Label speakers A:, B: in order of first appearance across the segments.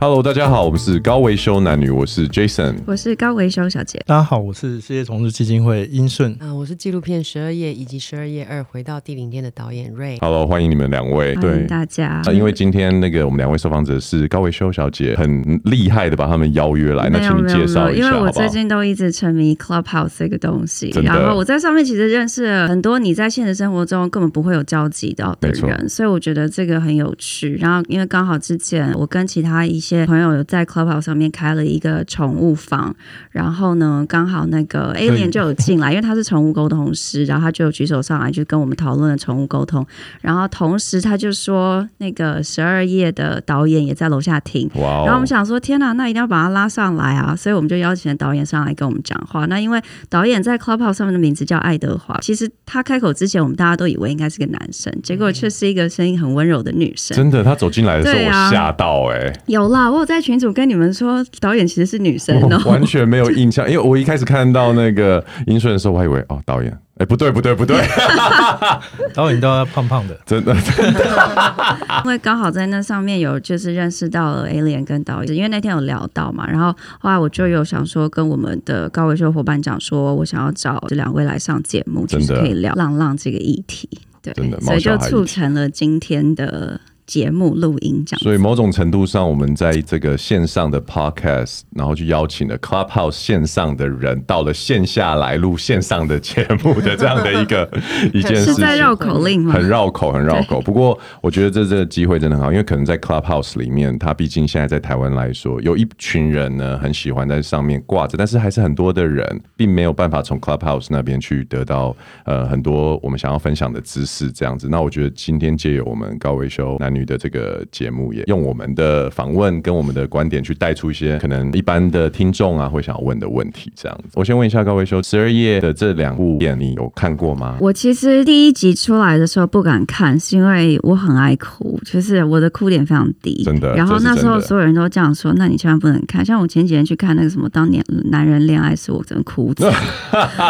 A: Hello，大家好，我们是高维修男女，我是 Jason。
B: 我是高维修小姐。
C: 大家好，我是世界同志基金会英 顺。
D: 啊、我是纪录片《十二夜》以及《十二夜二》回到第零天的导演 Ray。
A: Hello，欢迎你们两位。
B: 欢迎大家。
A: 啊，因为今天那个我们两位受访者是高维修小姐，很厉害的把他们邀约来，那
B: 没有
A: 请你
B: 没有
A: 介
B: 没
A: 绍
B: 有，
A: 一
B: 因
A: 下
B: 为
A: 好
B: 我
A: 不好
B: 最？近都一直沉迷 Clubhouse 这个东西，
A: 真的
B: 然后我在上面其实认识了很多你在现实生活中根本不会有交集到的
A: 没错
B: 人，所以我觉得这个很有趣。然后因为刚好之前我跟其他一些朋友有在 Clubhouse 上面开了一个宠物房，然后呢刚好那 个 Alien 就有进来，因为他是宠物沟通师，然后他就举手上来就跟我们讨论了宠物沟通，然后同时他就说那个十二夜的导演也在楼下听，
A: 哇
B: 然后我
A: 哦
B: 们，想说，天哪，那一定要把他拉上来啊！所以我们就邀请了导演上来跟我们讲话。那因为导演在 Clubhouse 上面的名字叫爱德华，其实他开口之前，我们大家都以为应该是个男生，结果却是一个声音很温柔的女生。
A: 真的，他走进来的时候
B: 对
A: 我
B: 啊
A: 吓到哎、
B: 有啦，我有在群组跟你们说，导演其实是女生 哦、
A: 我完全没有印象，因为我一开始看到那个英顺的时候，我还以为哦导演，哎、不对不对 不对，
C: 导演都要胖胖的，
A: 真的
B: 因为刚好在那上面有就是认识到了 Alien 跟导演，因为那天有聊到嘛，然后后来我就有想说跟我们的高维修伙伴讲说，我想要找这两位来上节目，
A: 真
B: 就
A: 的
B: 是可以聊浪浪这个议题，对
A: 真的，
B: 所以
A: 猫小
B: 就
A: 孩
B: 促成了今天的节目录音这样子。
A: 所以某种程度上，我们在这个线上的 podcast，然后去邀请了 Clubhouse 线上的人到了线下来录线上的节目的这样的一 个一件事
B: 是在
A: 情。
B: 绕口令吗？
A: 很绕口，很绕口。不过，我觉得这这个机会真的很好，因为可能在 Clubhouse 里面，它毕竟现在在台湾来说，有一群人呢很喜欢在上面挂着，但是还是很多的人并没有办法从 Clubhouse 那边去得到呃很多我们想要分享的知识这样子。那我觉得今天借由我们高维修男女的这个节目，也用我们的访问跟我们的观点去带出一些可能一般的听众啊会想要问的问题这样子。我先问一下高维修，十二夜的这两部片你有看过吗？
B: 我其实第一集出来的时候不敢看，是因为我很爱哭，就是我的哭点非常低。
A: 真的
B: 然后
A: 这是
B: 那时候
A: 真的
B: 所有人都这样说，那你千万不能看。像我前几天去看那个什么《当年男人恋爱时》，我真的哭 惨，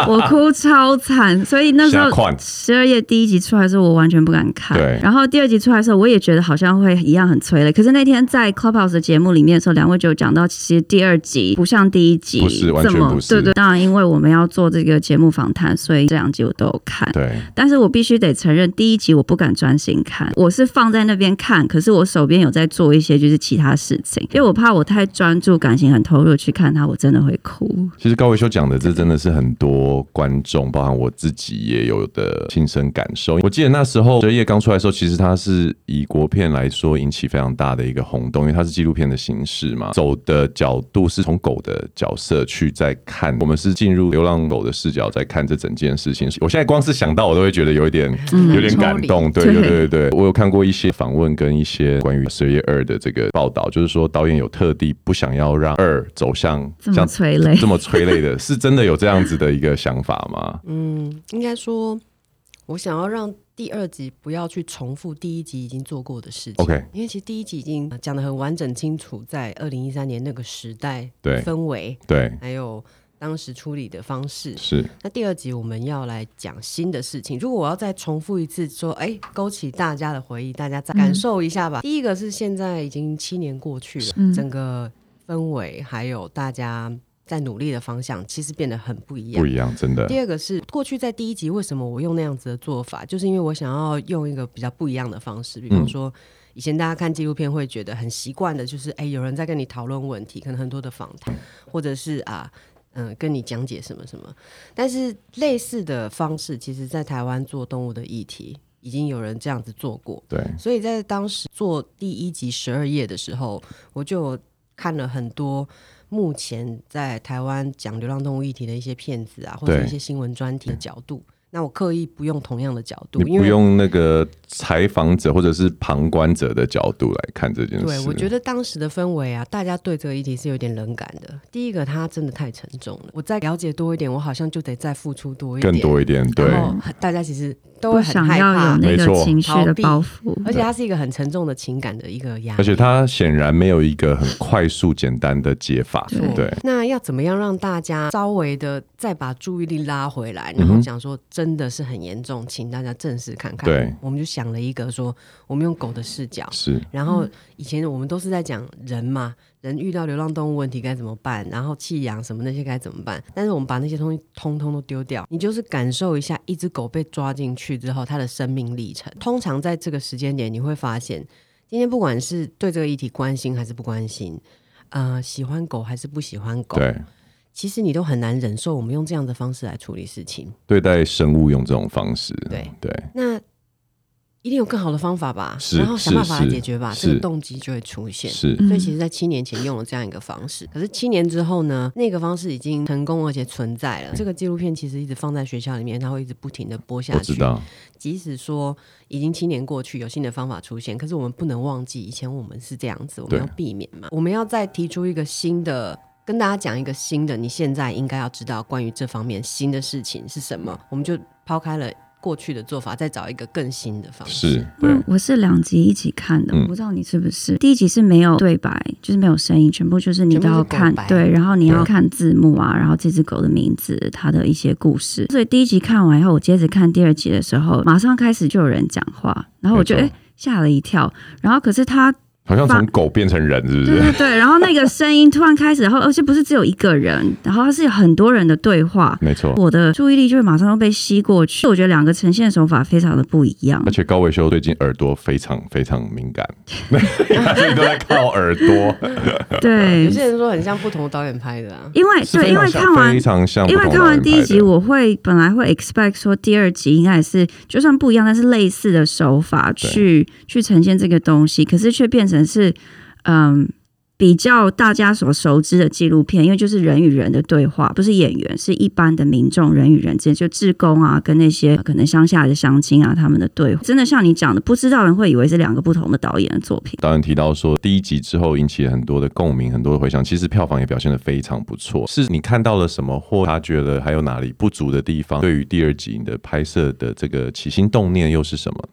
B: 我哭超惨。所以那时
A: 吓
B: 候
A: 款
B: 十二月第一集出来的时候，我完全不敢看。
A: 对
B: 然后第二集出来的时候，我也觉得好像会一样很催泪。可是那天在 Clubhouse 的节目里面的时候，两位就有讲到，其实第二集不像第一集
A: 不是完
B: 这
A: 全
B: 么
A: 不是
B: 对对。当然，因为我们要做这个节目访谈，所以这两集我都有看。
A: 对，
B: 但是我必须得承认，第一集我不敢专心看，我是放在那边看，可是我手边有在做一些就是其他事情，因为我怕我太专注、感情很投入去看它，我真的会哭。
A: 其实高维修讲的，这真的是很多观众，包含我自己也有的亲身感受。我记得那时候《折页》刚出来的时候，其实它是以国片来说引起非常大的一个轰动，因为它是纪录片的形式嘛，走的角度是从狗的角色去在看，我们是进入流浪狗的视角在看这整件事情。我现在光是想到，我都会觉得有一点
D: 嗯
A: 有点感动。对
B: 对
A: 对对对，我有看过一些访问跟一些关于《十月二》的这个报道，就是说导演有特地不想要让二走向
B: 这么催泪
A: 这么催泪的，是真的有这样子的一个想法吗？
D: 嗯，应该说，我想要让第二集不要去重复第一集已经做过的事情。
A: OK
D: 因为其实第一集已经呃讲的很完整清楚，在二零一三年那个时代
A: 对
D: 氛围，
A: 对，
D: 还有当时处理的方式。
A: 是
D: 那第二集我们要来讲新的事情。如果我要再重复一次说，哎，勾起大家的回忆，大家再感受一下吧。第一个是现在已经七年过去了，
B: 嗯
D: 整个氛围还有大家在努力的方向，其实变得很不一样
A: 不。一样，真的
D: 第二个是过去在第一集为什么我用那样子的做法，就是因为我想要用一个比较不一样的方式，比方说。以前大家看纪录片会觉得很习惯的，就是哎、有人在跟你讨论问题，可能很多的访谈，或者是啊，嗯、跟你讲解什么什么。但是类似的方式，其实在台湾做动物的议题，已经有人这样子做过。
A: 对。
D: 所以在当时做第一集十二页的时候，我就看了很多目前在台湾讲流浪动物议题的一些片子啊，或者
A: 对
D: 一些新闻专题的角度。那我刻意不用同样的角度，
A: 你
D: 因
A: 不
D: 为
A: 用那个采访者或者是旁观者的角度来看这件事，
D: 对我觉
A: 得
D: 得当时的氛围啊，大家对这个议题是有点冷感的。第一个，它真的太沉重了，我再了解多一点，我好像就得再付出多一点，
A: 更多一点。对，
D: 然后大家其实都
B: 不
D: 会很
B: 想
D: 害
B: 要有
D: 怕，
B: 那
A: 没
B: 个
A: 错
B: 情绪的
D: 逃避
B: 包袱。
D: 而且它是一个很沉重的情感的一个压力。
A: 而且他显然没有一个很快速简单的解法，
D: 没错
A: 嗯对，
D: 那要怎么样让大家稍微的再
A: 嗯
D: 把注意力拉回来，然后讲说真的是很严重，请大家正视看看。
A: 对
D: 我们就想想了一个说，我们用狗的视角，
A: 是
D: 然后以前我们都是在讲人嘛，人遇到流浪动物问题该怎么办，然后弃养什么那些该怎么办？但是我们把那些东西通通都丢掉，你就是感受一下一只狗被抓进去之后它的生命历程。通常在这个时间点，你会发现，今天不管是对这个议题关心还是不关心，呃，喜欢狗还是不喜欢狗，
A: 对
D: 其实你都很难忍受我们用这样的方式来处理事情。
A: 对待生物用这种方式，
D: 对
A: 对
D: 那一定有更好的方法吧，
A: 是
D: 然后想办法
A: 是
D: 来
A: 是
D: 解决吧，
A: 是
D: 这个动机就会出现。
A: 是
B: 嗯
D: 所以其实，在七年前用了这样一个方式，可是七年之后呢，那个方式已经成功而且存在了。这个纪录片其实一直放在学校里面，它会一直不停的播下
A: 我
D: 去。
A: 知道，
D: 即使说已经七年过去，有新的方法出现，可是我们不能忘记以前我们是这样子，我们
A: 对
D: 要避免嘛，我们要再提出一个新的。跟大家讲一个新的，你现在应该要知道关于这方面新的事情是什么，我们就抛开了过去的做法，再找一个更新的方式。
A: 是对
B: 嗯，我是两集一起看的，
A: 嗯
B: 我不知道你是不是。第一集是没有对白，就是没有声音，全部就是你
D: 全部
B: 都
D: 是
B: 要看
D: 口白，
B: 对，然后你要
A: 对
B: 看字幕啊，然后这只狗的名字，它的一些故事。所以第一集看完以后，我接着看第二集的时候，马上开始就有人讲话，然后我就
A: 没错
B: 诶吓了一跳，然后可是他
A: 好像从
B: 发
A: 狗变成人，是不
B: 对
A: 是？
B: 对对，然后那个声音突然开始，然后而且不是只有一个人，然后它是有很多人的对话，
A: 没错，
B: 我的注意力就会马上都被吸过去。我觉得两个呈现手法非常的不一样
A: 而。且高维修最近耳朵非常非常敏感， 所以都在靠耳朵，
B: 对
D: 有，些人说很像不同的导演拍的啊，
B: 因为
A: 是
B: 对，
A: 非
B: 因
A: 常
B: 为
A: 像
B: 看完
A: 非常像不
B: 因
A: 同
B: 为
A: 的
B: 看完第一集，
A: 人拍的
B: 我会本来会 expect 说第二集应该也是就算不一样，但是类似的手法
A: 对
B: 去去呈现这个东西，可是却变成是嗯比较大家所熟知的纪录片，因为就是人与人的对话，不是演员，是一般的民众人与人之间，就志工啊跟那些可能乡下的乡亲啊他们的对话，真的像你讲的，不知道人会以为是两个不同的导演的作品。
A: 导演提到说，第一集之后引起了很多的共鸣，很多的回响，其实票房也表现得非常不错。是你看到了什么，或他觉得还有哪里不足的地方？对于第二集你的拍摄的这个起心动念又是什么？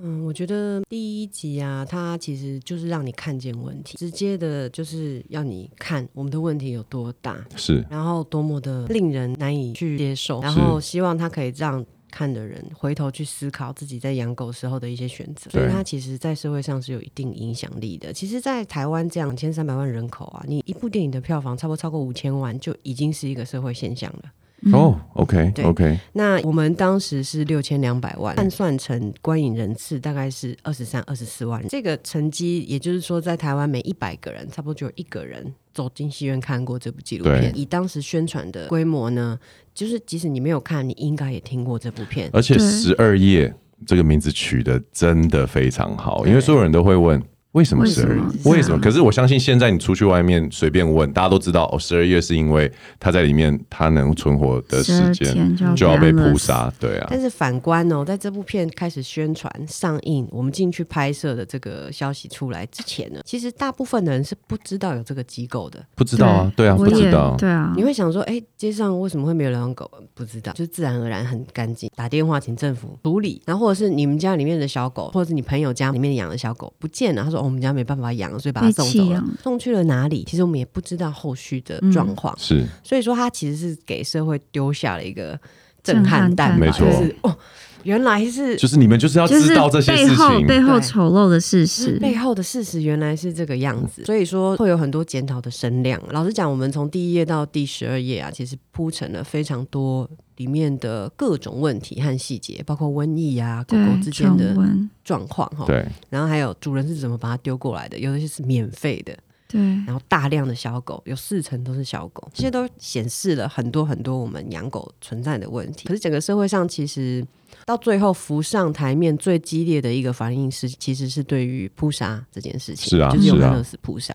D: 嗯，我觉得第一集啊，它其实就是让你看见问题，直接的就是要你看我们的问题有多大，
A: 是
D: 然后多么的令人难以去接受，然后希望它可以让看的人回头去思考自己在养狗时候的一些选择。所以
A: 对
D: 它其实在社会上是有一定影响力的。其实，在台湾这样千三百万人口啊，你一部电影的票房差不多超过五千万，就已经是一个社会现象了。
B: 嗯
A: 哦，OK
D: 对
A: OK，
D: 那我们当时是六千两百万，换算成观影人次大概是二十三、二十四万人。这个成绩，也就是说，在台湾每一百个人，差不多就有一个人走进戏院看过这部纪录片。以当时宣传的规模呢，就是即使你没有看，你应该也听过这部片。
A: 而且
B: 对
A: 十二页这个名字取得真的非常好，
D: 对
A: 因为所有人都会问。为什么
B: 为
A: 十
B: 什
A: 二
B: 么
A: 页？
B: 是啊
A: 为什么？可是我相信现在你出去外面随便问，大家都知道哦。十二页是因为他在里面，他能存活的
B: 十
A: 时
B: 二
A: 间
B: 天
A: 就要被
B: balance
A: 扑。杀。对啊，
D: 但是反观哦，在这部片开始宣传、上映，我们进去拍摄的这个消息出来之前呢，其实大部分的人是不知道有这个机构的。
A: 不知道啊，对啊，
B: 我
A: 不知
B: 也
A: 道。
B: 对啊，
D: 你会想说，哎、街上为什么会没有流浪狗？呃不知道，就自然而然很干净。打电话请政府处理，然后或者是你们家里面的小狗，或者是你朋友家里面养的小狗不见了，他说、哦、我们家没办法养，所以把它
B: 被
D: 送
B: 弃
D: 走了
B: 养。嗯
D: 送去了哪里？其实我们也不知道后续的状况，
A: 是
D: 所以说它其实是给社会丢下了一个
B: 震
D: 震撼
B: 撼
D: 弹
B: 弹
D: 吧，
A: 没错
D: 就是哦，原来是
A: 就是你们就是要
B: 就是
A: 知道这些
B: 背
A: 事
B: 后
A: 情，
B: 背后
D: 对
B: 丑陋的事实，
D: 背后的事实原来是这个样子，所以说会有很多检讨的声量。老实讲，我们从第一页到第十二页啊，其实铺陈了非常多里面的各种问题和细节，包括瘟疫啊、狗
B: 对
D: 狗之间
B: 重
D: 的
B: 温
D: 状况哈，
A: 对
D: 然后还有主人是怎么把它丢过来的，有的是免费的，
A: 嗯
B: 对。
D: 然后大量的小狗，有四成都是小狗，这些都显示了很多很多我们养狗存在的问题。可是整个社会上，其实到最后浮上台面最激烈的一个反应是，其实是对于扑杀这件事情，
A: 是啊
D: 就是用
A: 是啊
D: 安乐死扑杀。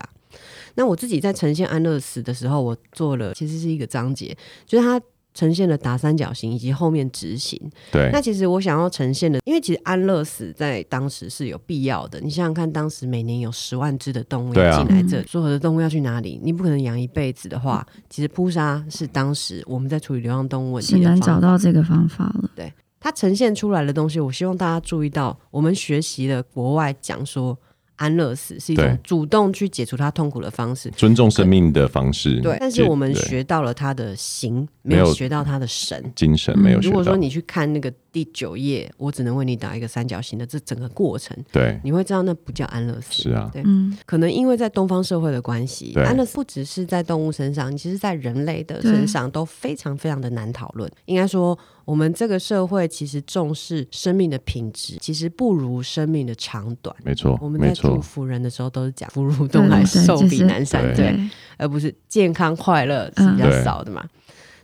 D: 那我自己在呈现安乐死的时候，我做了其实是一个章节，就是它呈现了打三角形以及后面执行。
A: 对
D: 那其实我想要呈现的，因为其实安乐死在当时是有必要的。你想想看，当时每年有十万只的动物
A: 对啊
D: 要进来
B: 嗯
D: 这，所有的动物要去哪里？你不可能养一辈子的话，其实扑杀是当时我们在处理流浪动物问
B: 只
D: 题的
B: 能
D: 方
B: 找
D: 法。
B: 到这个方法了。
D: 它呈现出来的东西，我希望大家注意到，我们学习了国外讲说安乐死是一
A: 对
D: 种主动去解除他痛苦的方式。
A: 尊重生命的方式，
D: 对，但是我们
A: 对
D: 学到了它的形没
A: 没
D: 有
A: 有
D: 学到他的神。
A: 精神没有
B: 嗯
A: 学
D: 如果
A: 到
D: 说。你去看那个第九页，我只能为你打一个三角形的这整个过程，
A: 对，
D: 你会知道那不叫安乐死。
A: 是啊
D: 对，
B: 嗯，
D: 可能因为在东方社会的关系，
A: 对
D: 安乐死不只是在动物身上，其实在人类的身上都非常非常的难讨论。应该说，我们这个社会其实重视生命的品质，其实不如生命的长短。
A: 没错
D: 我，们在
A: 没
D: 祝
A: 错，
D: 福人的时候都是讲“福如东海，寿比南山”，
A: 对
D: 对，
B: 对，
D: 而不是健康快乐
B: 嗯
D: 是比较少的嘛。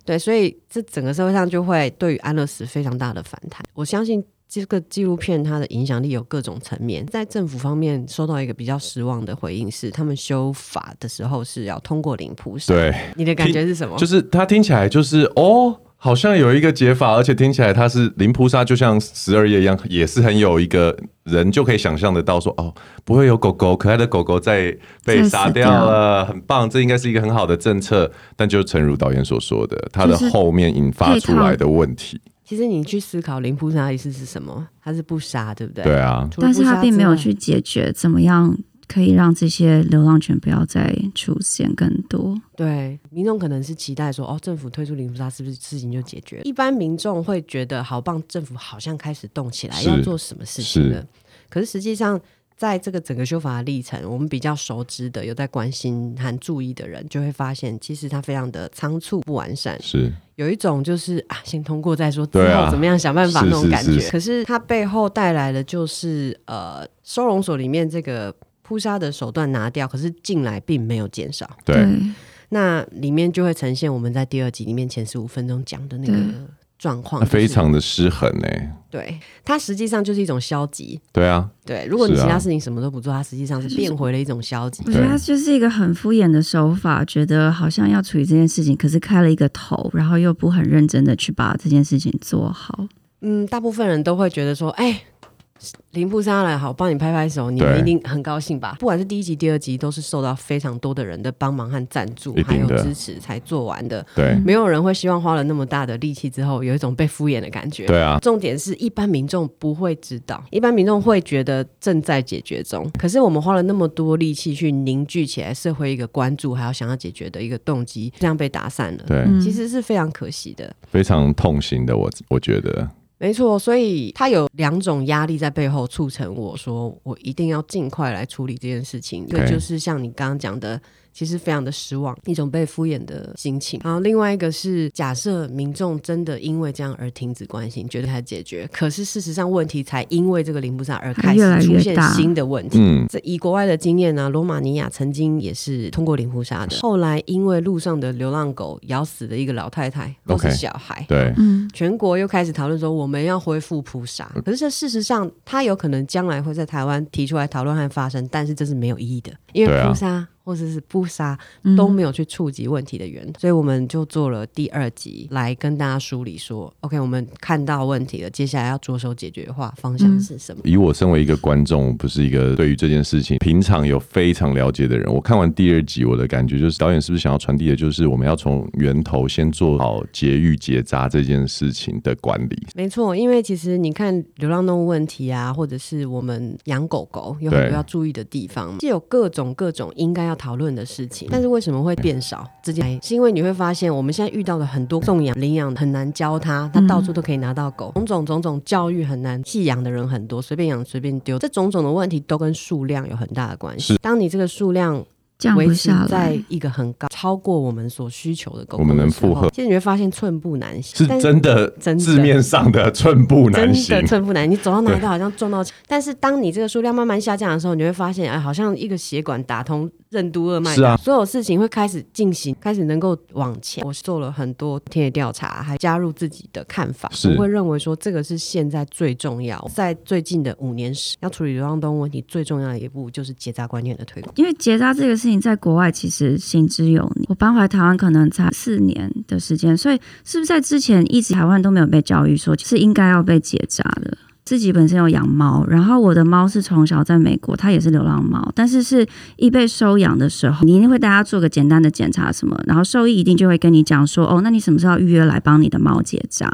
D: 对，所以这整个社会上就会对于安乐死非常大的反弹。我相信这个纪录片它的影响力有各种层面，在政府方面收到一个比较失望的回应是，他们修法的时候是要通过灵铺审。
A: 对，
D: 你的感觉是什么？
A: 就是它听起来就是哦，好像有一个解法，而且听起来它是零菩萨，就像十二夜一样，也是很有一个人就可以想象得到说哦，不会有狗狗可爱的狗狗在被
B: 在死
A: 杀掉了，很棒，这应该是一个很好的政策。但就诚如导演所说的，它的
B: 就是
A: 后面引发
B: 配
A: 出
B: 套
A: 来的问题，
D: 其实你去思考灵铺的意思是什么？它是不杀，对不对？
A: 对。啊，
B: 但是他并没有，去解决怎么样可以让这些流浪犬不要再出现更多。
D: 对民众可能是期待说，哦，政府推出零菩萨是不是事情就解决了？一般民众会觉得好棒，政府好像开始动起来，
A: 是
D: 要做什么事情了
A: 是。
D: 可是实际上，在这个整个修法的历程，我们比较熟知的、有在关心和注意的人，就会发现，其实它非常的仓促、不完善。
A: 是
D: 有一种就是啊，先通过再说，之
A: 对啊
D: 后怎么样想办法
A: 是
D: 那种感觉。
A: 是是
D: 可是它背后带来的就是呃，收容所里面这个扑杀的手段拿掉，可是进来并没有减少。
A: 对，
D: 那里面就会呈现我们在第二集里面前十五分钟讲的那
B: 对
D: 个状况，
A: 那啊非
D: 就是
A: 常的失衡哎、
D: 对。它实际上就是一种消极，
A: 对啊，
D: 对。如果你
A: 是
D: 其
A: 啊
D: 他事情什么都不做，它实际上是变回了一种消极
B: 我。觉得他就是一个很敷衍的手法，觉得好像要处理这件事情，可是开了一个头，然后又不很认真的去把这件事情做好。
D: 嗯，大部分人都会觉得说，哎、零步杀来，好，帮你拍拍手，你
A: 对
D: 一定很高兴吧？不管是第一集、第二集，都是受到非常多的人的帮忙和赞助
A: 一，
D: 还有
A: 定的
D: 支持才做完的。
A: 对
D: 没有人会希望花了那么大的力气之后，有一种被敷衍的感觉。
A: 对啊，
D: 重点是一般民众不会知道，一般民众会觉得正在解决中。可是我们花了那么多力气去凝聚起来社会一个关注，还有想要解决的一个动机，这样被打散了，
A: 对，
B: 嗯
D: 其实是非常可惜的。
A: 非常痛心的，我我觉得
D: 没错，所以它有两种压力在背后促成我说，我一定要尽快来处理这件事情。对，
A: 对
D: 就是像你刚刚讲的，其实非常的失望，一种被敷衍的心情。然后另外一个是，假设民众真的因为这样而停止关心，觉得它解决，可是事实上问题才因为这个零不上而开
B: 还越来
D: 始
B: 越
D: 出现
B: 大
D: 新的问题。
A: 嗯，
D: 这以国外的经验呢、罗马尼亚曾经也是通过零扑杀的，后来因为路上的流浪狗咬死了一个老太太或是
A: OK
D: 小孩
A: 对
B: 嗯，
D: 全国又开始讨论说我们要恢复扑杀，
A: 嗯
D: 可是这事实上，它有可能将来会在台湾提出来讨论和发生，但是这是没有意义的，因
A: 对
D: 为
A: 啊嗯
D: 扑杀、或者是不杀都没有去触及问题的源头，所以我们就做了第二集来跟大家梳理说，OK，我们看到问题了，接下来要着手解决的话，方向是什么？
A: 以我身为一个观众，不是一个对于这件事情平常有非常了解的人，我看完第二集，我的感觉就是导演是不是想要传递的，就是我们要从源头先做好节育结扎这件事情的管理。
D: 没错，因为其实你看流浪动物问题啊，或者是我们养狗狗有很
A: 对
D: 多要注意的地方，是有各种各种应该要讨论的事情。但是为什么会变少？这件是因为你会发现，我们现在遇到的很多送养、领养很难教它，它
B: 嗯
D: 到处都可以拿到狗，种种种种教育很难，弃养的人很多，随便养随便丢，这种种的问题都跟数量有很大的关系。当你这个数量
B: 降
D: 维
B: 不
D: 持
B: 下
D: 在
B: 来。
D: 一个很高，超过我们所需求的狗狗
A: 我们能
D: 的时候
A: 负荷
D: 其实你会发现寸步难行。
A: 是
D: 但
A: 真的，
D: 真的
A: 字面上的寸步难
D: 真
A: 行
D: 的。寸步难，你走到哪里都好像撞到。但是当你这个数量慢慢下降的时候，你会发现，哎，好像一个血管打通任督二脉，
A: 是啊
D: 所有事情会开始进行，开始能够往前。我做了很多田野调查，还加入自己的看法，
A: 是
D: 我会认为说这个是现在最重要，在最近的五年时，要处理流浪动物问题最重要的一步就是结扎观念的推广。
B: 因为结扎这个事情在国外其实行之有年，我搬回台湾可能才四年的时间，所以是不是在之前一直台湾都没有被教育说是应该要被结扎的？自己本身有养猫，然后我的猫是从小在美国，它也是流浪猫，但是是一被收养的时候，你一定会带它做个简单的检查什么，然后兽医一定就会跟你讲说，哦，那你什么时候要预约来帮你的猫结扎？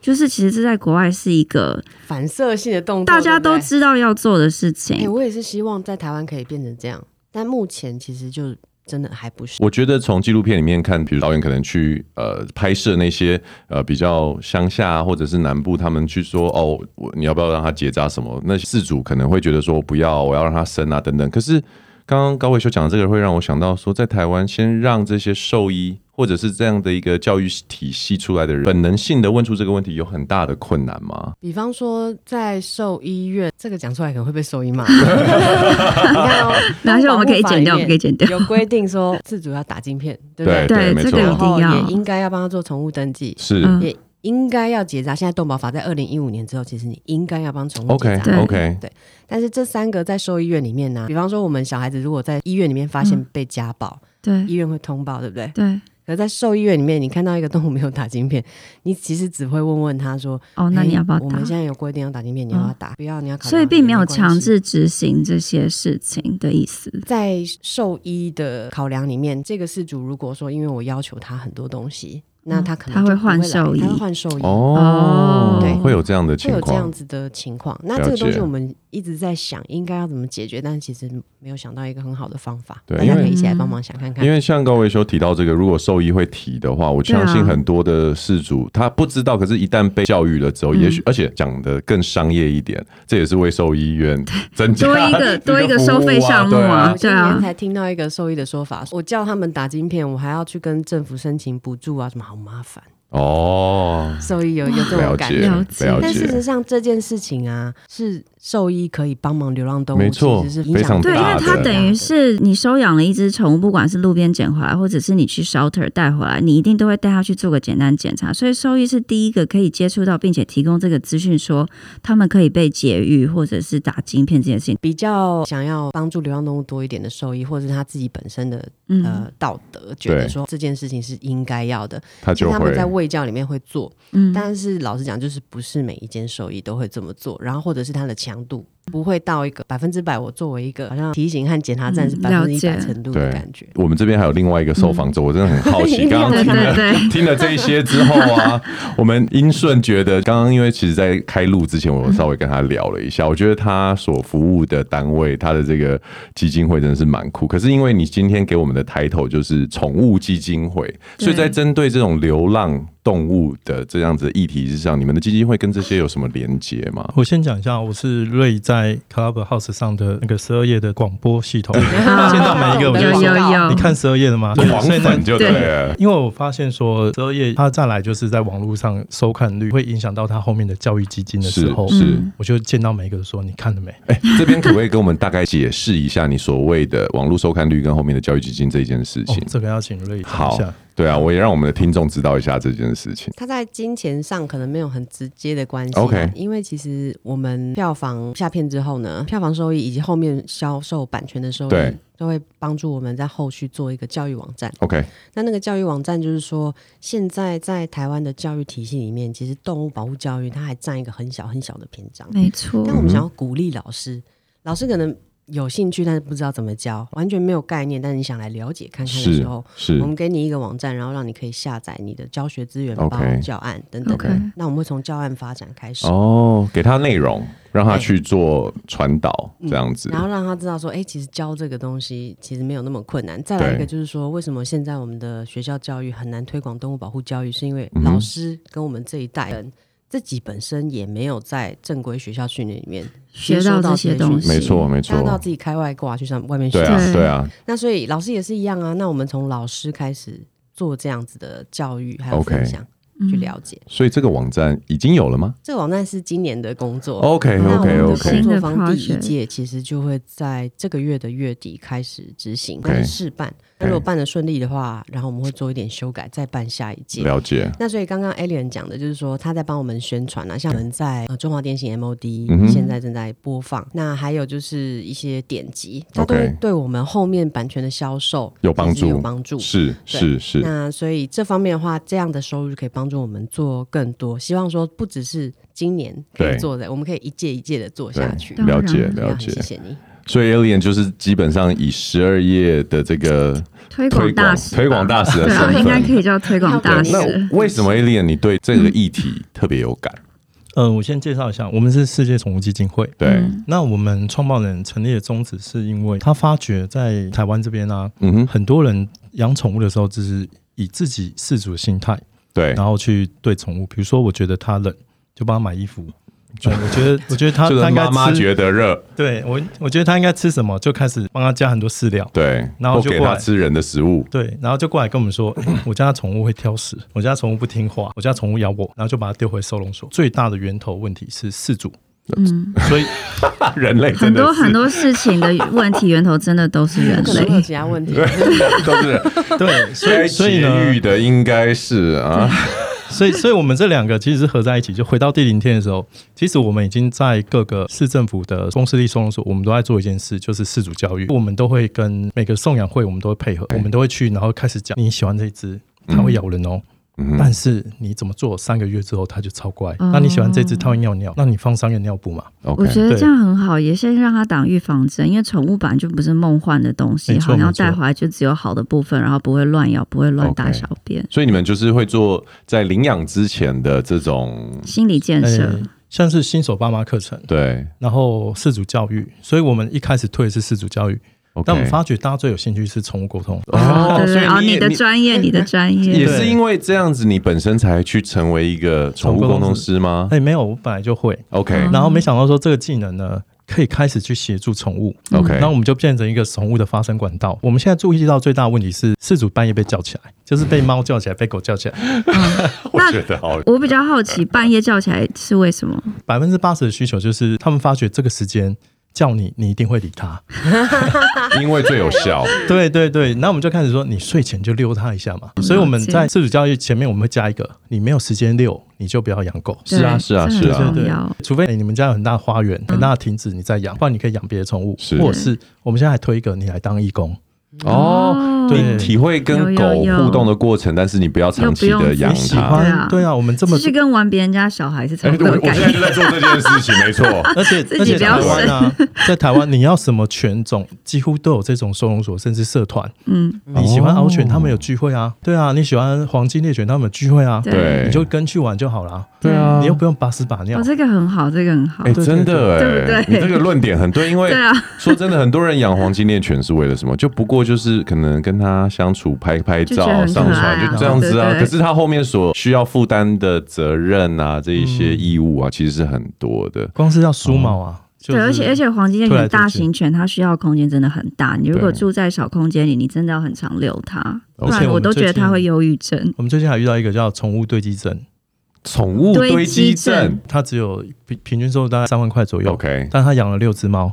B: 就是其实这在国外是一个
D: 反射性的动作，
B: 大家
D: 对不
B: 都
D: 对
B: 知道要做的事
D: 哎、
B: 情，
D: 我也是希望在台湾可以变成这样，但目前其实就真的还不是。
A: 我觉得从纪录片里面看，比如导演可能去呃拍摄那些呃比较乡下啊或者是南部，他们去说哦，我你要不要让他结扎什么？那事主可能会觉得说不要，我要让他生啊等等。可是刚刚高伟修讲的这个，会让我想到说，在台湾先让这些兽医或者是这样的一个教育体系出来的人，本能性的问出这个问题，有很大的困难吗？
D: 比方说，在兽医院，这个讲出来可能会被兽 医骂。你看哦，
B: 没关系我们可以剪掉
D: 动保护法里面
B: 我们可以剪掉
D: 有规定说，饲主要打晶片，对不
A: 对
D: 对？
A: 对
B: 对
A: 没
B: 这
A: 错
B: 个一
D: 然后
B: 定
D: 哦也
B: 要。
D: 应该要帮他做宠物登记，
A: 是、
B: 嗯
D: 也应该要结扎。现在动保法在二零一五年之后，其实你应该要帮宠物
A: OK
D: 结扎。
B: 对
A: OK，
D: 但是这三个在兽医院里面呢、比方说我们小孩子如果在医院里面发现
B: 嗯
D: 被家暴，医
B: 对
D: 院会通报，对不对？
B: 对，
D: 可是在兽医院里面，你看到一个动物没有打晶片，你其实只会问问他说：“
B: 哦，那
D: 哎
B: 你要不要
D: 我
B: 打哦
D: 们？现在有规定要打晶片，你要不要打？不要，你要考量。”
B: 所以并没有
D: 关系
B: 强。制执行这些事情的意思。
D: 在兽医的考量里面，这个事主如果说因为我要求他很多东西，那他可
B: 嗯
D: 能
B: 他会
D: 就不
B: 换
D: 来
B: 兽医
D: 他会换兽医，
A: 哦，
D: 对
A: 会有这样的
D: 会
A: 情
D: 有这
A: 况
D: 样。子的情况。那
A: 了
D: 这个东西
A: 解
D: 我们一直在想应该要怎么解决，但其实没有想到一个很好的方法。
A: 对
D: 大家
A: 因为
D: 可以一起来帮忙想看看
A: 因。为像高维修提到这个，如果兽医会提的话，我
B: 对啊
A: 相信很多的事主他不知道，可是一旦被教育了之后，
B: 嗯
A: 也许而且讲的更商业一点，这也是为兽医院增加
B: 多一个多一个收费项目
A: 对
B: 啊
D: 我今
B: 对啊
D: 天才听到一个兽医的说法，我叫他们打晶片，我还要去跟政府申请补助啊，什么好麻烦。
A: 哦，
D: 兽医有有这
A: 了
D: 种感
A: 解
D: 觉。
B: 了解
A: 了
D: 但事实
A: 解，
D: 上，这件事情啊，是兽医可以帮忙流浪动物，
A: 没错
D: 其实是
A: 非常
B: 对，因
A: 大
B: 为
A: 的
B: 它等于是你收养了一只宠物，不管是路边捡回来，或者是你去 shelter 带回来，你一定都会带它去做个简单检查。所以兽医是第一个可以接触到，并且提供这个资讯，说他们可以被节育或者是打晶片这件事情。
D: 比较想要帮助流浪动物多一点的兽医，或者是他自己本身的
B: 嗯，
D: 呃道德，觉得说这件事情是应该要的，
A: 他就
D: 像他
A: 会
D: 们在卫教里面会做，
B: 嗯，
D: 但是老实讲，就是不是每一间兽医都会这么做，然后或者是它的强度不会到一个百分之百。我作为一个好像提醒和检查站是
B: 嗯
D: 百分之
B: 了
D: 一
B: 解
D: 百程度的感觉。
A: 我们这边还有另外一个受访者，我真的很好 奇，
D: 一定要
A: 刚刚
B: 对
A: 听
B: 对
A: 了
B: 对，
A: 听了这一些之后啊，我们英顺觉得，刚刚因为其实，在开录之前，我稍微跟他聊了一下，我觉得他所服务的单位，他的这个基金会真的是蛮酷。可是因为你今天给我们的 title 就是宠物基金会，
B: 对
A: 所以在针对这种流浪动物的这样子的议题之上，你们的基金会跟这些有什么连接吗？
C: 我先讲一下，我是瑞在 Clubhouse 上的那个十二页的广播 系统，
B: 啊
C: 见到每一个我
B: 有
C: 就
B: 有有，
C: 你看十二页的吗？
A: 狂
C: 所以呢
A: 粉就嗯对了，
C: 因为我发现说，十二页它再来就是在网络上收看率会影响到它后面的教育基金的时候，
A: 是是
B: 嗯
C: 我就见到每一个说你看了没？
A: 哎、这边可不可以跟我们大概解释一下你所谓的网络收看率跟后面的教育基金这一件事
C: 哦
A: 情？，
C: 这个要请瑞讲一
A: 好
C: 下。，
A: 对啊，我也让我们的听众知道一下这件事情。
D: 它在金钱上可能没有很直接的关系啊
A: OK
D: 因为其实我们票房下片之后呢，票房收益以及后面销售版权的收益
A: 对，
D: 都会帮助我们在后续做一个教育网站。
A: OK，
D: 那那个教育网站就是说，现在在台湾的教育体系里面，其实动物保护教育它还占一个很小很小的篇
A: 嗯
D: 章。
B: 没错，
D: 但我们想要鼓励老师，老师可能有兴趣，但是不知道怎么教，完全没有概念，但是你想来了解看看的时
A: 是
D: 候，
A: 是
D: 我们给你一个网站，然后让你可以下载你的教学资源包
A: OK、
D: 教案等等。
B: OK
D: 那我们会从教案发展开始。
A: 哦，给他内容，让他去做传导，这样子
D: 嗯然。后让他知道说，哎、其实教这个东西其实没有那么困难。再来一
A: 对
D: 个就是说，为什么现在我们的学校教育很难推广动物保护教育，是因为
A: 嗯哼
D: 老师跟我们这一代人自己本身也没有在正规学校训练里面
B: 学到这些东西，
A: 没错，没错
D: 大家，都要自己开外挂去上外面学
A: 对
D: 习。
A: 啊，
B: 对
A: 对啊，
D: 那所以老师也是一样啊。那我们从老师开始做这样子的教育还有
A: OK
D: 分享
B: 嗯
D: 去了解。
A: 所以这个网站已经有了吗
D: 这个网站是今年的工作。
A: 哦
D: 嗯那我们的
A: ？OK，OK，OK，
D: 工
B: 新的
D: 作坊第
B: project
D: 一届其实就会在这个月的月底开始执行，
A: OK
D: 那是试办。那如果办的顺利的话，然后我们会做一点修改，再办下一届。
A: 了解。
D: 那所以刚刚 Alien 讲的就是说，他在帮我们宣传啊，像我们在、呃、中华电信 MOD、
A: 嗯哼
D: 现在正在播放，那还有就是一些点击，它
A: OK
D: 对对我们后面版权的销售
A: 有帮助
D: 其实有帮助。
A: 是是是，
D: 那所以这方面的话，这样的收入可以帮助我们做更多。希望说不只是今年可
A: 对
D: 以做的，我们可以一届一届的做下去。
B: 对
A: 了解
B: 当
D: 对啊
A: 了
D: 很
A: 解
D: 谢。谢你。
A: 所以 Alien 就是基本上以十二页的这个
B: 推
A: 推
B: 广大
A: 广
B: 使吧，
A: 推广大使的
B: 对啊，
A: 身
B: 应该可
A: 份。
B: 以叫推广大
D: 要给
B: 使。
A: 那为什么 Alien 你对这个议题特别有感？
C: 呃，我先介绍一下，我们是世界宠物基金会。
A: 对，
B: 嗯
C: 那我们创办人成立的宗旨是因为他发觉在台湾这边啊，
A: 嗯哼，
C: 很多人养宠物的时候，就是以自己饲主的心态，
A: 对，
C: 然后去对宠物，比如说我觉得它冷，就帮它买衣服。 对，我觉得，我觉得它
A: 就
C: 它
A: 是
C: 应该
A: 妈妈
C: 吃，
A: 觉得热，
C: 对我，我觉得它应该吃什么，就开始帮它加很多饲料。
A: 对，
C: 然后
A: 或
C: 就
A: 给
C: 过
A: 他
C: 来
A: 吃人的食物，
C: 对，然后就过来跟我们说，欸我家的宠物会挑食，我家宠物不听话，我家宠物咬我，然后就把它丢回收容所。最大的源头问题是饲主，
B: 嗯，
C: 所以
A: 人类
B: 很
A: 真的
B: 多
A: 是
B: 很多事情的问题源头真的都是人
D: 可能会有
B: 类。
D: 其他问题。
A: 都是人
C: 对，所
A: 该
C: 以所以呢
A: 节，育的应该是啊，
C: 所以所以我们这两个其实是合在一起。就回到第零天的时候，其实我们已经在各个市政府的公司力收容所，我们都在做一件事，就是饲主教育。我们都会跟每个送养会，我们都会配合，我们都会去，然后开始讲你喜欢这一只，它会咬人哦。
A: 嗯
C: 但是你怎么做？三个月之后它就超乖。那你喜欢这只，它会尿尿，那你放三个尿布嘛？
B: 我
A: OK，
B: 觉得
C: 对
B: 这样很好，也先让它挡预防针，因为宠物本来就不是梦幻的东西，
C: 没错
B: 好像
C: 没错
B: 带回来就只有好的部分，然后不会乱咬，不会乱大
A: OK
B: 小便，
A: 所以你们就是会做在领养之前的这种
B: 心理建设。
C: 呃像是新手爸妈课程，
A: 对
C: 然后饲主教育，所以我们一开始推的是饲主教育，
A: ，OK，
C: 但我们发觉大家最有兴趣是宠物沟通。
A: 哦，
B: 对
A: 所
B: 对，
A: 以
B: 哦，
A: 你
B: 你
A: 也
B: 的
A: 你
B: 专业，你的 专
A: 也
B: 业，
A: 是因为这样子，你本身才去成为一个宠物沟通师吗
C: 哎、没有，我本来就会，
B: 嗯
A: ？OK
C: 然后没想到说这个技能呢，可以开始去协助宠物。
A: OK，
C: 那我们就变成一个宠物的发声管道。我们现在注意到最大的问题是，饲主半夜被叫起来，就是被猫叫起来，被狗叫起来。
A: 我
B: 那
A: 觉得好，
B: 我比较好奇，半夜叫起来是为什么？
C: 百分之八十的需求就是他们发觉这个时间叫你，你一定会理它。
A: 因为最有效，
C: 对对对，那我们就开始说，你睡前就溜它一下嘛。所以我们在饲主教育前面，我们会加一个，你没有时间遛，你就不要养狗。
A: 是啊
B: 对
A: 是啊
B: 这
A: 是啊
B: 很
C: 对
B: 重
C: 对
B: 要。
C: 除非、哎你们家有很大的花
B: 嗯
C: 园、很大的亭子，你再养，不然你可以养别的宠物，
A: 是
C: 或者是我们现在还推一个，你来当义工。
B: 嗯
A: 哦，
C: 对
A: 你体会跟狗
B: 有有有
A: 互动的过程，但是你不要长期
B: 又不
A: 的
B: 用
A: 养
C: 你喜
A: 它。
B: 对
C: 欢
B: 啊，
C: 对啊，我们这
B: 这
C: 么
B: 是跟玩别人家小孩是差
A: 哎，
B: 不
A: 对
B: 多
A: 我
B: 的
A: 我
B: 概
A: 现在就
B: 念。
A: 在做这件事情，没错。
C: 而且
B: 自己
C: 而且
B: 不
C: 台
B: 要
C: 湾啊， 在台湾你要什么犬种，几乎都有这种收容所，甚至社团。
B: 嗯，
C: 你喜欢獒犬，
A: 哦
C: 他们有聚会啊，对啊，你喜欢黄金猎犬，他们有聚会啊，
A: 对
C: 你就跟去玩就好啦，
B: 对啊
C: 你又不用把屎把尿
B: 哦，。这个很好，这个很好
A: 哎，。
C: 对
A: 真的
B: 对对
A: 哎
B: 对，
A: 你这个论点很对，因为
B: 对啊，
A: 说真的，很多人养黄金猎犬是为了什么？就不过就是可能跟它相处、拍拍
B: 就觉得
A: 照、
B: 很可
A: 上传，
B: 爱啊
A: 就这样子啊。
B: 对对对
A: 可是它后面所需要负担的责任啊，这一些义务
B: 嗯
A: 啊，其实是很多的。
C: 光是要梳毛
A: 哦
C: 啊，
B: 对，而且而且黄金猎
C: 推
B: 犬
C: 来推去
B: 大型犬，它需要空间真的很大。你如果
A: 对
B: 住在小空间里，你真的要很常遛它，
A: 而且
B: 不然
C: 我
B: 我
C: 们
B: 都觉
C: 最
B: 得它
C: 近
B: 会忧郁症。
C: 我们最近还遇到一个叫宠物对击症，
A: 宠物
B: 堆
A: 堆积
B: 积
A: 症
B: 症
C: 它只有平平均收入大概三万块左右，
A: ，OK，
C: 但它养了六只猫，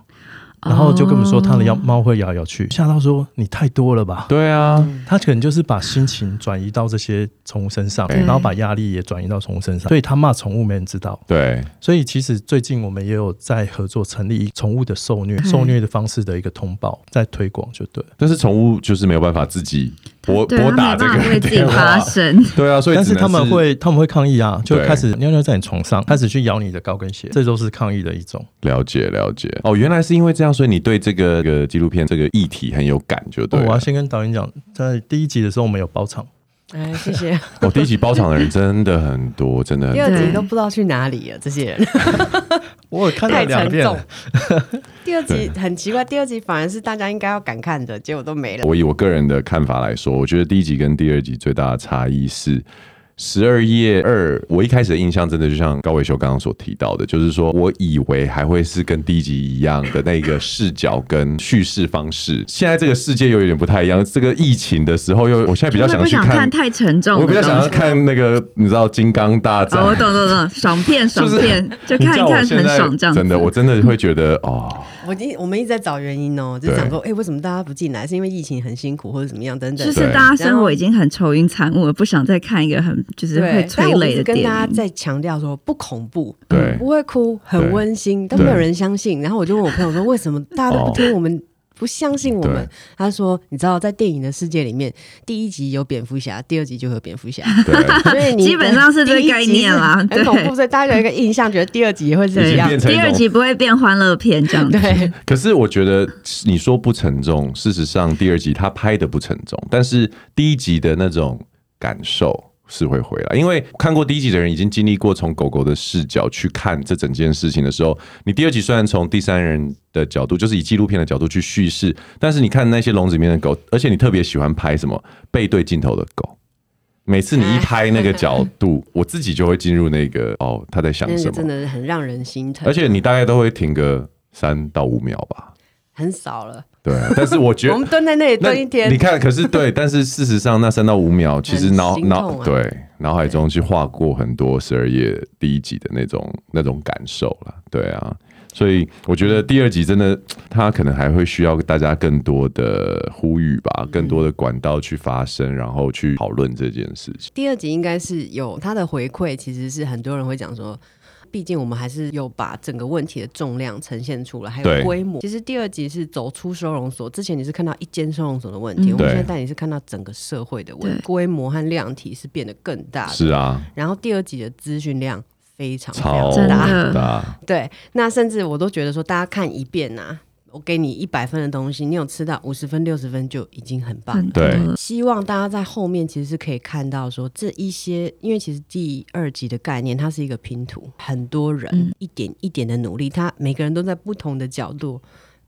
C: 然后就跟我们说它的
B: 哦
C: 咬猫会咬来咬去，吓到说你太多了吧。
A: 对啊，
C: 它可能就是把心情转移到这些宠物身上，
A: 对
C: 然后把压力也转移到宠物身上，所以它骂宠物没人知道。
A: 对，
C: 所以其实最近我们也有在合作成立宠物的受虐、
B: 嗯
C: 受虐的方式的一个通报，在推广就对了。
A: 但是宠物就是没有办法自己拨
B: 对，
A: 拨
B: 它
A: 打这
B: 没办法为
A: 个
B: 自己
A: 电话
B: 发，声。
A: 对啊，所以
C: 但
A: 只
C: 是
A: 能
C: 他们会他们会抗议啊，就
A: 对
C: 开始尿尿在你床上，开始去咬你的高跟鞋，这都是抗议的一种。
A: 了解了解哦，原来是因为这样，所以你对这个这个纪录片这个议题很有感，就对啊
C: 哦我
A: 了。
C: 要先跟导演讲，在第一集的时候我们有包场，
D: 哎，谢谢。
A: 我第一集包场的人真的很多，真的很
D: 第
A: 多。
D: 二集都不知道去哪里了，这些人
C: 我有看到
D: 太
C: 两
D: 沉
C: 遍
D: 重
C: 了。。
D: 第二集很奇怪，第二集反而是大家应该要赶看的，结果都没了。
A: 我以我个人的看法来说，我觉得第一集跟第二集最大的差异是。十二页二，我一开始的印象真的就像高维修刚刚所提到的，就是说我以为还会是跟第一集一样的那个视角跟叙事方式，现在这个世界又有点不太一样。这个疫情的时候又，我现在比较
B: 会
A: 想
B: 不会
A: 去
B: 想
A: 看
B: 看，太沉
A: 我
B: 重的
A: 比较
B: 东
A: 想要
B: 西。
A: 看那个你知道《金刚大战
B: 哦，》我懂懂懂，爽片爽
A: 就是
B: 片，就
A: 你
B: 看
A: 知道
B: 一
A: 我
B: 看
A: 现
B: 很
A: 在
B: 爽这样子。
A: 真的，我真的会觉得哦，
D: 我一我们一直在找原因哦，就是想说，哎，为什么大家不进来？是因为疫情很辛苦，或者怎么样等等
B: 就。是
A: 对
B: 大家生活已经很愁云惨雾了，不想再看一个很就是会
D: 对，但
B: 催
D: 我
B: 泪
D: 一直
B: 的
D: 跟
B: 电
D: 大家
B: 影。
D: 在强调说不恐怖，
A: 对
D: 不会哭，
A: 对
D: 很温馨，但没有人相信。然后我就问我朋友说，为什么大家都不听我们？不相信我
A: 对
D: 们，他说：“你知道，在电影的世界里面，第一集有蝙蝠侠，第二集就有蝙 蝠侠，
A: 对。
D: 所以你
B: 基本上是这个概念啦
D: 第一集是很恐
B: 对
D: 怖，所以大家有一个印象，觉得第二集也会是
B: 对
D: 一样
A: 变，成一
B: 第
A: 种
B: 二集不会变欢乐片这样子。
D: 对，
A: 可是我觉得你说不沉重，事实上第二集他拍的不沉重，但是第一集的那种感受，是会回来，因为看过第一集的人已经经历过从狗狗的视角去看这整件事情的时候，你第二集虽然从第三人的角度，就是以纪录片的角度去叙事，但是你看那些笼子里面的狗，而且你特别喜欢拍什么背对镜头的狗，每次你一拍那个角度，我自己就会进入那个哦，他在想
D: 那
A: 什
D: 个
A: 么，
D: 真的很让人心疼，
A: 而且你大概都会停个三到五秒吧，
D: 很少了。
A: 对啊，但是我觉得
D: 我们蹲在那里
A: 那
D: 蹲一天
A: 你，看，可是 对，但是事实上那三到五秒，其实脑
D: 心
A: 脑
D: 痛啊
A: 对脑海中去划过很多十二页第一集的那种那种感受啦，对啊。所以我觉得第二集真的，它可能还会需要大家更多的呼吁吧，更多的
D: 嗯
A: 管道去发声，然后去讨论这件事情。
D: 第二集应该是有他的回馈，其实是很多人会讲说，毕竟我们还是有把整个问题的重量呈现出来，还
A: 对
D: 有规模。其实第二集是走出收容所，之前你是看到一间收容所的问题，
B: 嗯
D: 我们
A: 对
D: 现在带你是看到整个社会的问
B: 对
D: 题，规模和量体是变得更大的。
A: 是啊，
D: 然后第二集的资讯量非常非
A: 超
D: 常
B: 真
D: 大，
B: 的
A: 大，
D: 对，那甚至我都觉得说，大家看一遍呐、啊我给你一百分的东西，你有吃到五十分、六十分就已经很棒了
B: 很。多
A: 对
B: 了
D: 希望大家在后面其实是可以看到说这一些，因为其实第二集的概念它是一个拼图，很多人
B: 嗯
D: 一点一点的努力，他每个人都在不同的角度、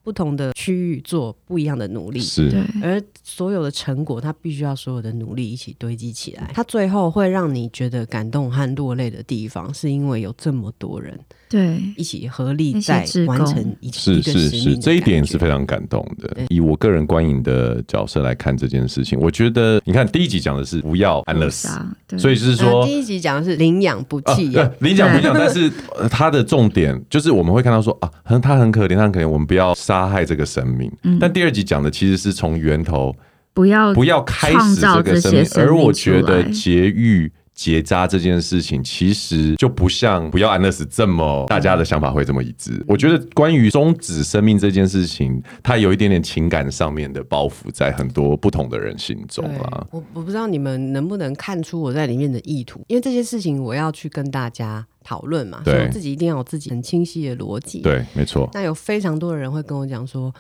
D: 不同的区域做不一样的努力。
A: 是
B: 对，
D: 而所有的成果，它必须要所有的努力一起堆积起来。它最后会让你觉得感动和落泪的地方，是因为有这么多人
B: 对，
D: 一起合力
B: 一起
D: 在
B: 志
D: 完
B: 工
D: 成一
A: 是
D: 一个
A: 是
D: 使命
A: 是，
D: 的
A: 这一
D: 感
A: 点
D: 觉
A: 是非常感动的。以我个人观影的角色来看这件事情，我觉得你看第一集讲的是不要安乐死，
B: 啊，对
A: 所以就是说、
D: 呃第一集讲的是领养不
A: 啊
D: 弃，养
A: 呃，领奖
B: 对
A: 不讲，但 是呃他的重点就是我们会看到说啊，很他很可怜，他很可怜，我们不要杀害这个生命。
D: 嗯
A: 但第二集讲的其实是从源头
B: 不要
A: 不要开
B: 创
A: 始
B: 造
A: 这
B: 这
A: 个生
B: 些
A: 命，
B: 生
A: 而我
B: 命
A: 觉
B: 出
A: 得
B: 来
A: 节育。结扎这件事情，其实就不像不要安乐死这么大家的想法会这么一致。
D: 嗯
A: 我觉得关于终止生命这件事情，它有一点点情感上面的包袱在很多不同的人心中
D: 对
A: 啦。
D: 我我不知道你们能不能看出我在里面的意图，因为这些事情我要去跟大家讨论嘛，所
A: 对
D: 以我自己一定要有自己很清晰的逻辑。，
A: 对，没错，
D: 那有非常多的人会跟我讲说，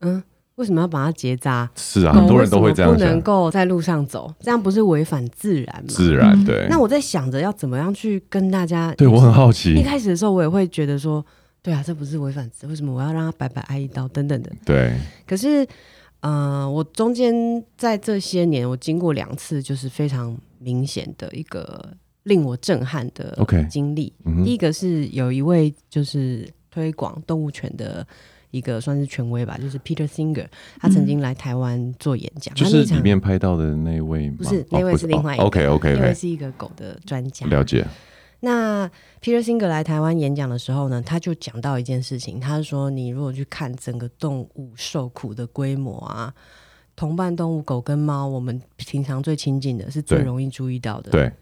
D: 嗯，为什么要把它结扎？
A: 是啊，很多人都会这
D: 狗
A: 样
D: 为什么不能
A: 想，
D: 够在路上走，这样不是违反自然吗？
A: 自然
B: 嗯
A: 对。
D: 那我在想着要怎么样去跟大家
A: 对我很好奇，
D: 一开始的时候，我也会觉得说，对啊，这不是违反自，为什么我要让他白白挨一刀等等的。
A: 对，
D: 可是，呃，我中间在这些年，我经过两次，就是非常明显的一个令我震撼的
A: OK
D: 经历。
A: 嗯
D: 第
A: 哼，
D: 一个是有一位就是推广动物权的。一个算是权威吧，就是 Peter Singer，他曾经来台湾做演啊讲，
A: 嗯就
D: 他那
A: 是
D: 一场
A: 里面拍到的那位吗，
D: 不是
A: 哦
D: 那位
A: 不
D: 是另外一个
A: OK OK
D: 因为
A: OK，
D: 是一个狗的专家，
A: 了解，
D: 那 Peter Singer 来台湾演讲的时候呢，他就讲到一件事情，他说：“你如果去看整个动物受苦的规模啊，同伴动物狗跟猫，我们平常最亲近的是最
A: 对
D: 容易注意到的。
A: 对，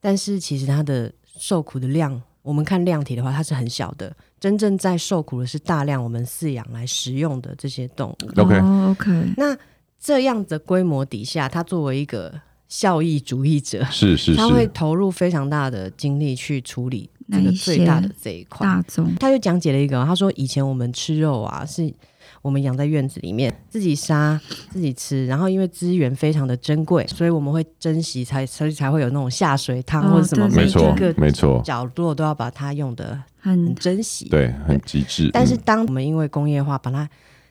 D: 但是其实它的受苦的量，我们看量体的话，它是很小的。真正在受苦的是大量我们饲养来食用的这些动物。
A: OK
B: 哦 OK，
D: 那这样的规模底下，他作为一个效益主义者，
A: 是是
D: 他会
A: 是，
D: 投入非常大的精力去处理
B: 那
D: 这个
B: 一
D: 最大
B: 些
D: 的这一块。
B: 大众
D: 他就讲解了一个，他说以前我们吃肉啊，是我们养在院子里面自己杀自己吃，然后因为资源非常的珍贵，所以我们会珍惜才，所以才会有那种下水汤
B: 哦
D: 或者什么，
B: 对
D: 每
A: 没
D: 一
A: 错
D: 个
A: 没错，
D: 角落都要把它用的很
B: 很
D: 珍惜。
A: 嗯对，很极致，
D: 但是
A: 嗯
D: 当我们因为工业化把它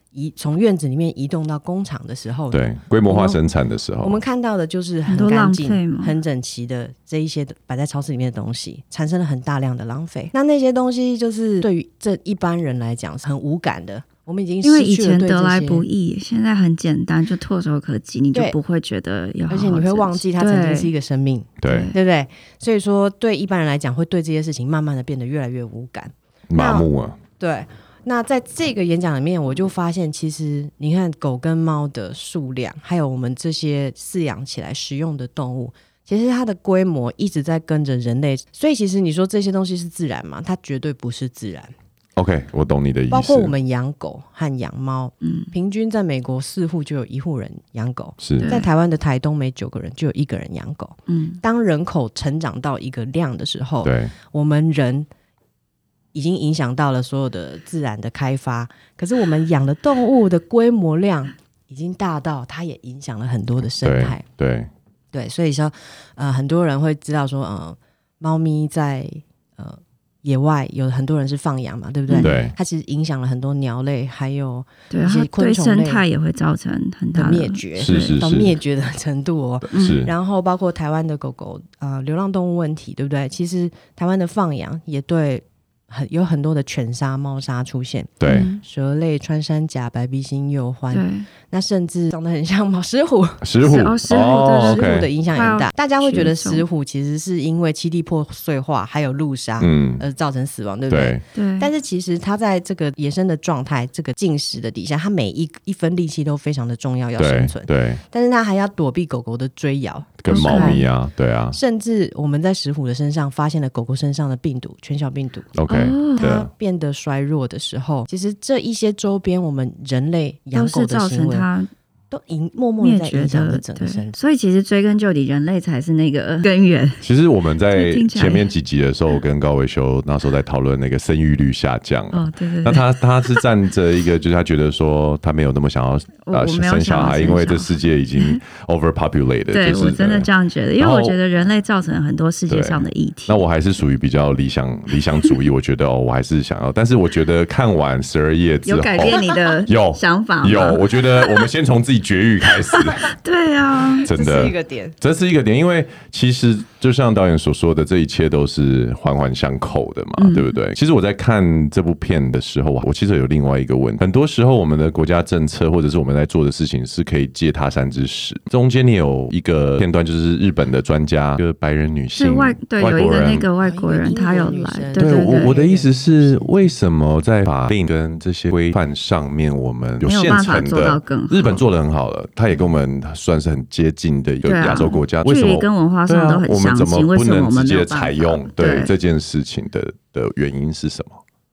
D: 移从院子里面移动到工厂的时候，
A: 对规模化生产的时
D: 我们
A: 候，
D: 看到的就是
B: 很
D: 很
B: 多
D: 干
B: 浪
D: 净
B: 费嘛、
D: 很整齐的这一些摆在超市里面的东西，产生了很大量的浪费。那那些东西就是对于这一般人来讲是很无感的。我们已经
B: 因为以
D: 失去了
B: 前
D: 对
B: 得
D: 这
B: 来
D: 些
B: 不，易，现在很简单，就唾手可及，你就
D: 对
B: 不会觉得有好好珍
D: 而
B: 惜，
D: 且你会忘记它曾经是一
B: 个
D: 个生命，
A: 对，
D: 对不对？所以说，对一般人来讲，会对这些事情慢慢的变得越来越无感。
A: 麻木啊，
D: 对。那在这个演讲里面，我就发现，其实你看狗跟猫的数量，还有我们这些饲养起来食用的动物，其实它的规模一直在跟着人类。所以，其实你说这些东西是自然吗？它绝对不是自然。
A: ，OK，我懂你的意
D: 包括我
A: 思，
D: 们养狗和养猫，
B: 嗯，
D: 平均在美国四户就有一户人养狗，
A: 是
B: 对
D: 在台湾的台东每九个人就有一个人养狗。
B: 嗯，
D: 当人口成长到一个量的时候，
A: 对，
D: 我们人已经影响到了所有的自然的开发，可是我们养的动物的规模量已经大到它也影响了很多的生
A: 对
D: 态。
A: 对
D: 对，所以说呃，很多人会知道说，呃，猫咪在呃野外有很多人是放养嘛，对不对？
B: 嗯
A: 对，
D: 它其实影响了很多鸟类，还有
B: 对，
D: 一
B: 然
D: 些
B: 后
D: 昆
B: 对
D: 虫
B: 生
D: 类
B: 态也会造成很
D: 的
B: 大
D: 灭绝，
A: 嗯是是
D: 嗯到
A: 是
D: 灭绝的程度哦。
B: 嗯
A: 是
D: 然后包括台湾的狗狗，呃，流浪动物问题，对不对？其实台湾的放养也对很有很多的犬杀、猫杀出现，
A: 对，
B: 嗯
D: 蛇类、穿山甲、白鼻心鼬獾，
B: 对，
D: 那甚至长得很像猫石虎，
A: 石虎
B: 哦石虎对
D: 石
B: 石
A: OK
D: 虎的影响也很
B: 快
D: 大
B: 要。
D: 大家会觉得
B: 绝种
D: 石虎其实是因为栖地破碎化还有路杀
A: 嗯，
D: 而造成死亡，对不对？
A: 对，
B: 对，
D: 但是其实它在这个野生的状态、这个进食的底下，它每一一分力气都非常的重要，要生
A: 对
D: 存。
A: 对，
D: 但是它还要躲避狗狗的追咬，
A: 跟
B: OK
A: 猫咪啊，对啊
D: 甚至我们在石虎的身上发现了狗狗身上的病毒——犬小病毒。
A: ，OK，
B: 哦
D: 它
A: 对，啊
D: 变得衰弱的时候，其实这一些周边我们人类养
B: 都
D: 狗
B: 是
D: 的
B: 造
D: 行
B: 成
D: 为，
B: 它
D: 都影默默
B: 灭
D: 的在
B: 绝
D: 影响着
B: 的，
D: 整个生
B: 对，
D: 态。
B: 所以其实追根究底，人类才是那个根源。
A: 其实我们在
B: 这听起来
A: 前面几集的时候，我跟高维修那时候在讨论那个生育率下降啊，
B: 哦，对 对
A: 那
B: 对，
A: 他他是站着一个，就是他觉得说他没有那么想要
B: 我
A: 呃
B: 我没有
A: 生
B: 想
A: 小
B: 要
A: 孩，
B: 生
A: 因为
B: 小
A: 这世界已经 overpopulated，
B: 对
A: 就是
B: 我真的这样觉得，因为
A: 然后
B: 我觉得人类造成很多世界
A: 对
B: 上的议题
A: 那。我还是属于比较理想 理想主义，我觉得哦，我还是想要，但是我觉得看完十二页之
B: 有
A: 后，
B: 改变你的
A: 有
B: 想法吗
A: 有，我觉得我们先从自己绝育开始，
B: 对啊，
A: 真
D: 这
A: 的
D: 是一。个点，
A: 这是一个点，因为其实就像导演所说的，这一切都是环环相扣的嘛，
B: 嗯
A: 对不对？其实我在看这部片的时候，我我其实有另外一个问题，很多时候我们的国家政策或者是我们在做的事情是可以借他山之石。中间你有一个片段，就是日本的专家，一个白人女性，
B: 是外对
A: 外
B: 有一
A: 国
B: 个
A: 人
B: 那个外国人，
D: 英国
B: 他有
D: 女
B: 来，
D: 生
B: 对对，
A: 我我的意思是，为什么在法令跟这些规范上面，我们有
B: 没有
A: 现
B: 办法
A: 成
B: 做到
A: 的？
B: 更好
A: 日本做的很好了，它也跟我们算是很接近的一个
B: 对啊
A: 亚洲国家，为
B: 距
A: 什
B: 离
A: 么？
B: 跟文化
A: 对
B: 上
A: 啊
B: 都，很
A: 我们
B: 相
A: 怎
B: 近，
A: 么
B: 为
A: 不
B: 什么
A: 能
B: 我们
A: 直
B: 没有
A: 接
B: 办法
A: 采用对
B: 对
A: 这件事情的的原因是什么？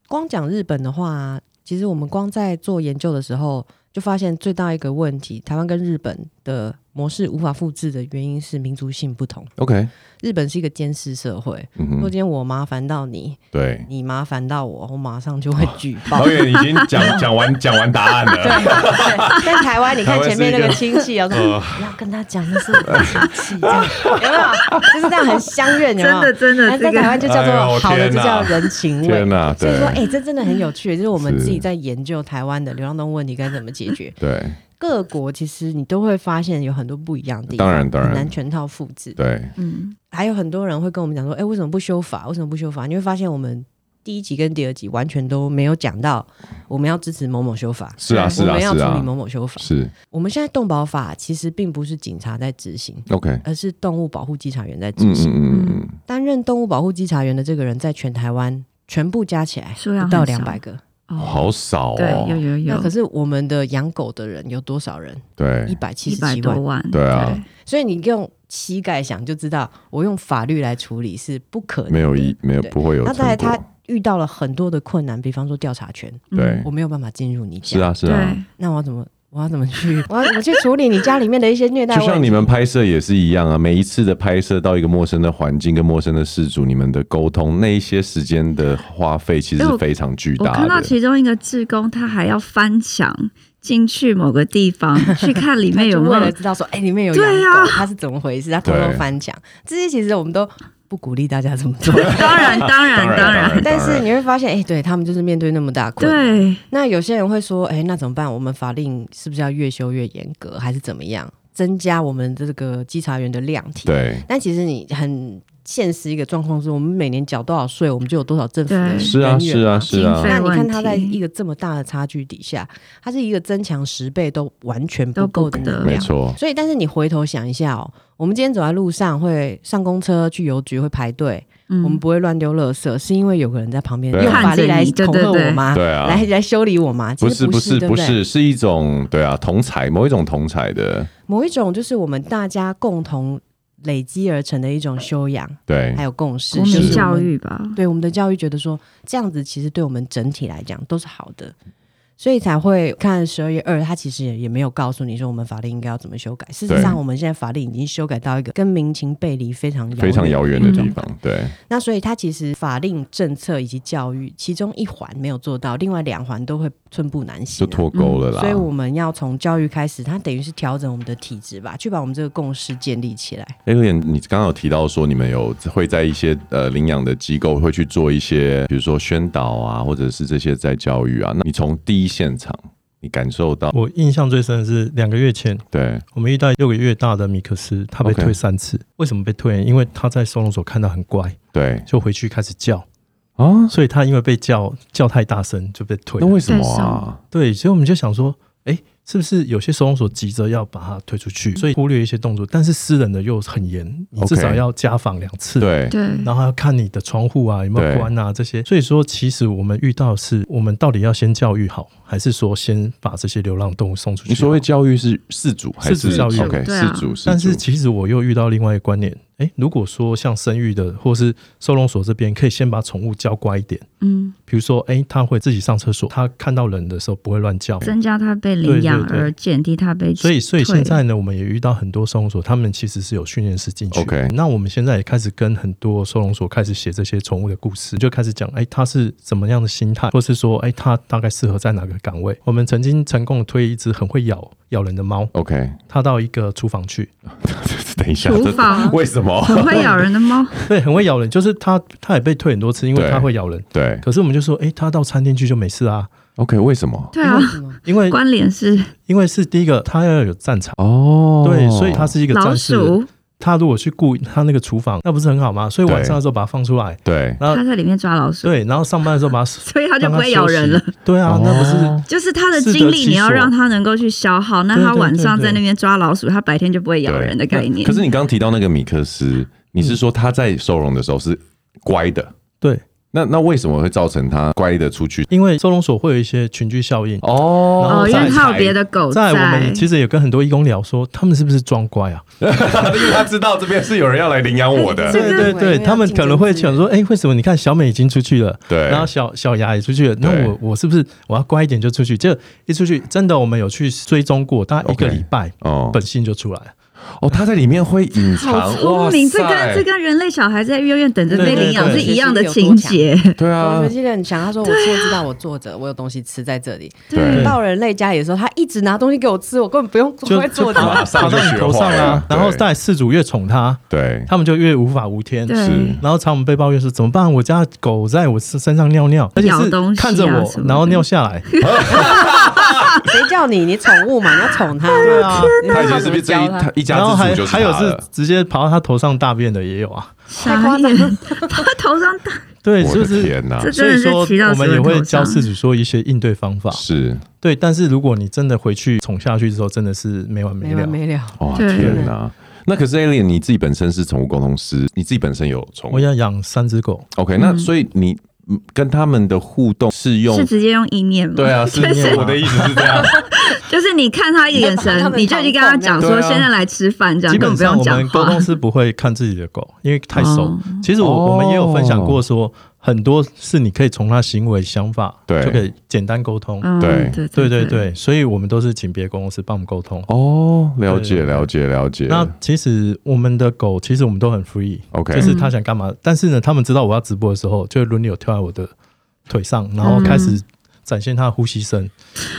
D: 光讲日本的话、其实我们光在做研究的时候，就发现最大一个问题，台湾跟日本的模式无法复制的原因是民族性不同。
A: OK，
D: 日本是一个监视社会，
A: 嗯
D: 如果
A: 哼，
D: 今天我麻烦到你，
A: 对。
D: 你麻烦到我，我马上就会举报
A: 哦导。演已经讲讲完讲完答案 了，
D: 对，但台湾你看
A: 台湾
D: 前
A: 是一
D: 面
A: 个哦
D: 那个 亲戚啊，说不要跟他讲那是我的亲戚，这样有没有？就是这样很相认，有 没
B: 真的
D: 有？
B: 真的
D: 但
B: 这
D: 在台
B: 个
D: 湾就叫
A: 哎呦
D: 做好的，
A: 天
D: 就
A: 哪
D: 叫人情味
A: 天。哪！
D: 所以说，
A: 对
D: 哎，这真的很有趣，就是我们
A: 是
D: 自己在研究台湾的流浪动物问题该怎么解 决。
A: 对
D: 各国其实你都会发现有很多不一样的地方，
A: 当然当然
D: 哎很难全套复制。
A: 对，
B: 嗯，
D: 还有很多人会跟我们讲说，哎，为什么不修法？为什么不修法？你会发现我们第一集跟第二集完全都没有讲到我们要支持某某修法，
A: 是啊
B: 对
A: 是
D: 我
A: 啊
D: 们要
A: 是
D: 处理
A: 啊
D: 某某修法。
A: 是
D: 我们现在动保法其实并不是警察在执行，
A: OK，
D: 而是动物保护稽查员在
A: 嗯
D: 执
A: 嗯
D: 行。
A: 嗯嗯
D: 担任动物保护稽查员的这个人，在全台湾全部加起来
B: 数量
D: 不到
B: 很少
D: 两百个。
A: 嗯，
B: 哦，
A: 好少
B: 对，有
A: 哦，
B: 有
D: 那可
B: 有，
D: 是我们的养狗的人有多少人？
A: 对
D: 一，百七
B: 一
D: 十
B: 百
D: 七
B: 多
D: 万。
B: 万，
A: 对啊
D: 所以你用膝盖想就知道，我用法律来处理是不可能的。
A: 没有一没有
D: 对
A: 不会有
D: 那
A: 成
D: 当
A: 果。
D: 然，他遇到了很多的困难，比方说调查权，
A: 对
D: 嗯我没有办法进入你家。
A: 嗯是，啊是
B: 对
A: 啊，
D: 那我要怎么？我要怎么去？ 我要怎么去处理你家里面的一些虐待
A: 就
D: 问题？
A: 像你们拍摄也是一样啊，每一次的拍摄到一个陌生的环境跟陌生的事主，你们的沟通那一些时间的花费其实是非常巨
B: 我
A: 大
B: 看到
A: 的。
B: 其中一个志工，他还要翻墙进去某个地方 去看里
D: 那
B: 面有没
D: 为了
B: 有。
D: 知道说，哎、里面有养
B: 对
D: 狗，
B: 啊
D: 它是怎么回事？它偷偷
A: 对
D: 翻墙，这些其实我们都不鼓励大家这么做。
B: 当然，当然，
A: 当
B: 当
A: 然
B: 然，
D: 但是你会发现，哎、对他们就是面对那么大困难。
B: 对，
D: 那有些人会说，哎、那怎么办？我们法令是不是要越修越严格，还是怎么样？增加我们这个稽查员的量体？。
A: 对，
D: 但其实你很现实一个状况是，我们每年缴多少税，我们就有多少政府的
B: 对
D: 人员
A: 是啊
D: 嘛
A: 是啊是啊
B: 经，费
D: 那你看
B: 问
D: 它在
B: 题
D: 一个这么大的差距底下，它是一个增强十倍都完全不
B: 都不
D: 够的
B: 得
D: 能
B: 对
A: 没
D: 量。
A: 错，
D: 所以，但是你回头想一下哦，我们今天走在路上会上公车去邮局会排队，
B: 嗯
D: 我们不会乱丢垃圾，是因为有个人在旁边
A: 对啊
D: 用法律来
B: 看着你对
D: 恐吓
B: 对对
D: 我吗？
A: 对啊
D: 来 来修理我吗？其
A: 不
D: 实
A: 是
D: 不
A: 不是
D: 对
A: 不
D: 对？
A: 是，是一种对啊同彩某一种同彩的，
D: 某一种就是我们大家共同累积而成的一种修养，
A: 对
D: 还有共识，
B: 国
D: 就是
B: 民
D: 我
B: 教
D: 们
B: 育吧，
D: 对我们的教育觉得说，这样子其实对我们整体来讲都是好的。
E: 所以才会看十二月二，他其实也也没有告诉你说我们法律应该要怎么修改。事实上，
A: 对
E: 我们现在法律已经修改到一个跟民情背离非常遥远
A: 非常遥远的地
E: 状态
A: 方。对，
E: 那所以它其实法令、政策以及教育，其中一环没有做到，另外两环都会寸步难行
A: 就
E: 啊、
A: 脱钩
D: 嗯
A: 了啦。
E: 所以我们要从教育开始，它等于是调整我们的体制吧，去把我们这个共识建立起来。
A: Alien，你刚刚有提到说你们有会在一些呃领养的机构会去做一些，比如说宣导啊，或者是这些在教育啊。那你从第一现场，你感受到
C: 我印象最深的是两个月前，
A: 对
C: 我们遇到六个月大的米克斯，他被
A: OK
C: 退三次。为什么被退？因为他在收容所看到很乖，
A: 对
C: 就回去开始叫，
A: 啊？
C: 所以他因为被叫叫太大声就被退
A: 那
C: 了。
A: 为什么
B: 对
A: 啊
B: 上？
C: 对，所以我们就想说，哎、是不是有些收容所急着要把他推出去，所以忽略一些动作？但是私人的又很严，你
A: OK
C: 至少要家访两次。
A: 对
B: 对，
C: 然后还要看你的窗户啊有没
A: 对
C: 有关啊这些，所以说其实我们遇到的是，我们到底要先教育好，还是说先把这些流浪动物送出去好？啊
A: 你所谓教育是四主还是
C: 饲主教育
A: OK，
B: 对啊
A: 四主，饲
C: 但是
A: 主
C: 其实我又遇到另外一个观念，诶，如果说像生育的或是收容所这边，可以先把宠物教乖一点，
B: 嗯，
C: 比如说，诶，它会自己上厕所，它看到人的时候不会乱叫。
B: 增加他被领养
C: 对对对
B: 而减低他被
C: 所以，所以
B: 退
C: 现在呢，我们也遇到很多收容所，他们其实是有训练师进去。
A: OK
C: 那我们现在也开始跟很多收容所开始写这些宠物的故事，就开始讲，诶，它是怎么样的心态，或是说，诶，它大概适合在哪个岗位。我们曾经成功地推一只很会咬咬人的猫，
A: OK。
C: 它到一个厨房去，
A: 等一下，
B: 厨
A: 这
B: 房
A: 为什么？
B: 很会咬人的猫，
C: 对，很会咬人，就是它，它也被退很多次，因为
A: 对
C: 它会咬人。
A: 对
C: 可是我们就说，诶，它到餐厅去就没事啊，
A: ，OK，为什么？
B: 对啊
E: 为，什么
C: 因为
B: 关联是
C: 因为是第一个，它要有战场，
A: 哦，
C: 对，所以它是一个
B: 老
C: 战士。
B: 鼠，
C: 它如果去顾它那个厨房，那不是很好吗？所以晚
A: 对
C: 上的时候把它放出来，
A: 对
C: 然
B: 它
C: 后
B: 在里面抓老鼠，
C: 对，然后上班的时候 把它
B: 所以它就
C: 让
B: 不
C: 它
B: 会咬
C: 休息
B: 人了。
C: 对啊，那不是
A: 哦
B: 就是它的
C: 适得
B: 精力，
C: 其
B: 你要
C: 所
B: 让它能够去消耗。那
C: 对
B: 它
C: 对
B: 晚
C: 对
B: 上
C: 对
B: 在那边抓老鼠，它白天就不会咬
A: 对
B: 人的概念。
A: 可是你刚提到那个米克斯，你是说他在收容的时候是乖的？
C: 对，
A: 那那为什么会造成他乖的出去？
C: 因为收容所会有一些群居效应。然
A: 哦
B: 哦，因为
C: 在
B: 它有别，的狗
C: 在我们其实也跟很多义工聊说，他们是不是装乖啊？
A: 因为他知道这边是有人要来领养我的
B: 这，个
C: 对对对，他们可能会想说，哎，为什么你看小美已经出去了，
A: 对
C: 然后小小牙也出去了，那
A: 对
C: 我我是不是我要乖一点就出去？结果一出去，真的我们有去追踪过，大概一个
A: OK
C: 礼拜
A: 哦
C: 本性就出来了。
A: 哦，他在里面会隐
B: 好
A: 藏，
B: 聪
A: 哇
B: 明，这
A: 塞
B: 跟这跟人类小孩在幼儿园等着
C: 对
B: 被
C: 对
B: 领养
C: 对
B: 是一样的
D: 学习有
B: 情
D: 多强
B: 节。
A: 对
E: 我
A: 啊
E: 学，习得很强，他说我坐知道我坐着，我有东西吃在这里。
D: 嗯
B: 嗯
A: 对
E: 到人类家里的时候，他一直拿东西给我吃，我根本不用
C: 就
E: 坐在坐
C: 就爬
A: 马
E: 着。
A: 上
C: 爬
A: 就
C: 到
A: 学
C: 你头上
A: 坏了
C: 啊，然后
A: 对
C: 再饲主越宠它，
A: 对，
C: 它们就越无法无天。
B: 对，
C: 然后常我们被抱怨说怎么办？我家的狗在我身身上尿尿，而且
B: 咬
C: 是
B: 东西啊
C: 看着我
B: 什么，的
C: 然后尿下来。
E: 谁叫你？你宠物嘛，你要宠它
C: 对
E: 嘛。
C: 啊，
E: 你
A: 他已经
E: 要
A: 是
E: 怎
A: 不
E: 么
A: 是这
E: 教
A: 一
E: 它
A: 他一
C: 然
A: 家
C: 后
A: 之
C: 还
A: 主就是
C: 还有
A: 他
C: 是
A: 了，
C: 直接爬到它头上大便的也有啊。
B: 傻眼，它头上大，
C: 对，
A: 我
C: 就
A: 的
C: 是
A: 天哪
B: 这，
C: 所
B: 真
C: 以
B: 的是
C: 说
B: 骑到
C: 我
B: 死
C: 们也
B: 人
C: 会
B: 头
C: 教
B: 上。
C: 饲主说一些应对方法。
A: 是
C: 对，但是如果你真的回去宠下去之后，真的是没完没
E: 没
C: 了
E: 完。没了。
A: 哇
B: 对
A: 天哪。那可是 Alien，你自己本身是宠物沟通师，你自己本身有宠物
C: 我要养三只狗，
A: OK，那所以你嗯跟他们的互动是用
B: 是直接用意念吗？
A: 对 啊，是
C: 就是
A: 我的意思是这样，
B: 就是你看他眼
E: 你看他
B: 神，
E: 们
B: 你就已经跟他讲说
A: 对啊
B: 现在来吃饭，这样
C: 基
B: 根本
C: 本
B: 不
C: 上
B: 用
C: 我
B: 讲
C: 们沟
B: 话
C: 通。师不会看自己的狗，因为太熟
B: 哦。
C: 其实我我们也有分享
A: 哦
C: 过说，很多是你可以从他行为、想法
A: 对
C: 就可以简单沟通。
B: 嗯，
A: 对
B: 对
C: 对
B: 对
C: 对对，所以我们都是请别的公司帮我们沟通。
A: 哦，了解
C: 对
A: 了解了解。
C: 那其实我们的狗，其实我们都很 free，
A: OK
C: 就是它想干嘛，但是呢，他们知道我要直播的时候，就会轮流跳在我的腿上，然
B: 嗯
C: 后开始展现它的呼吸声。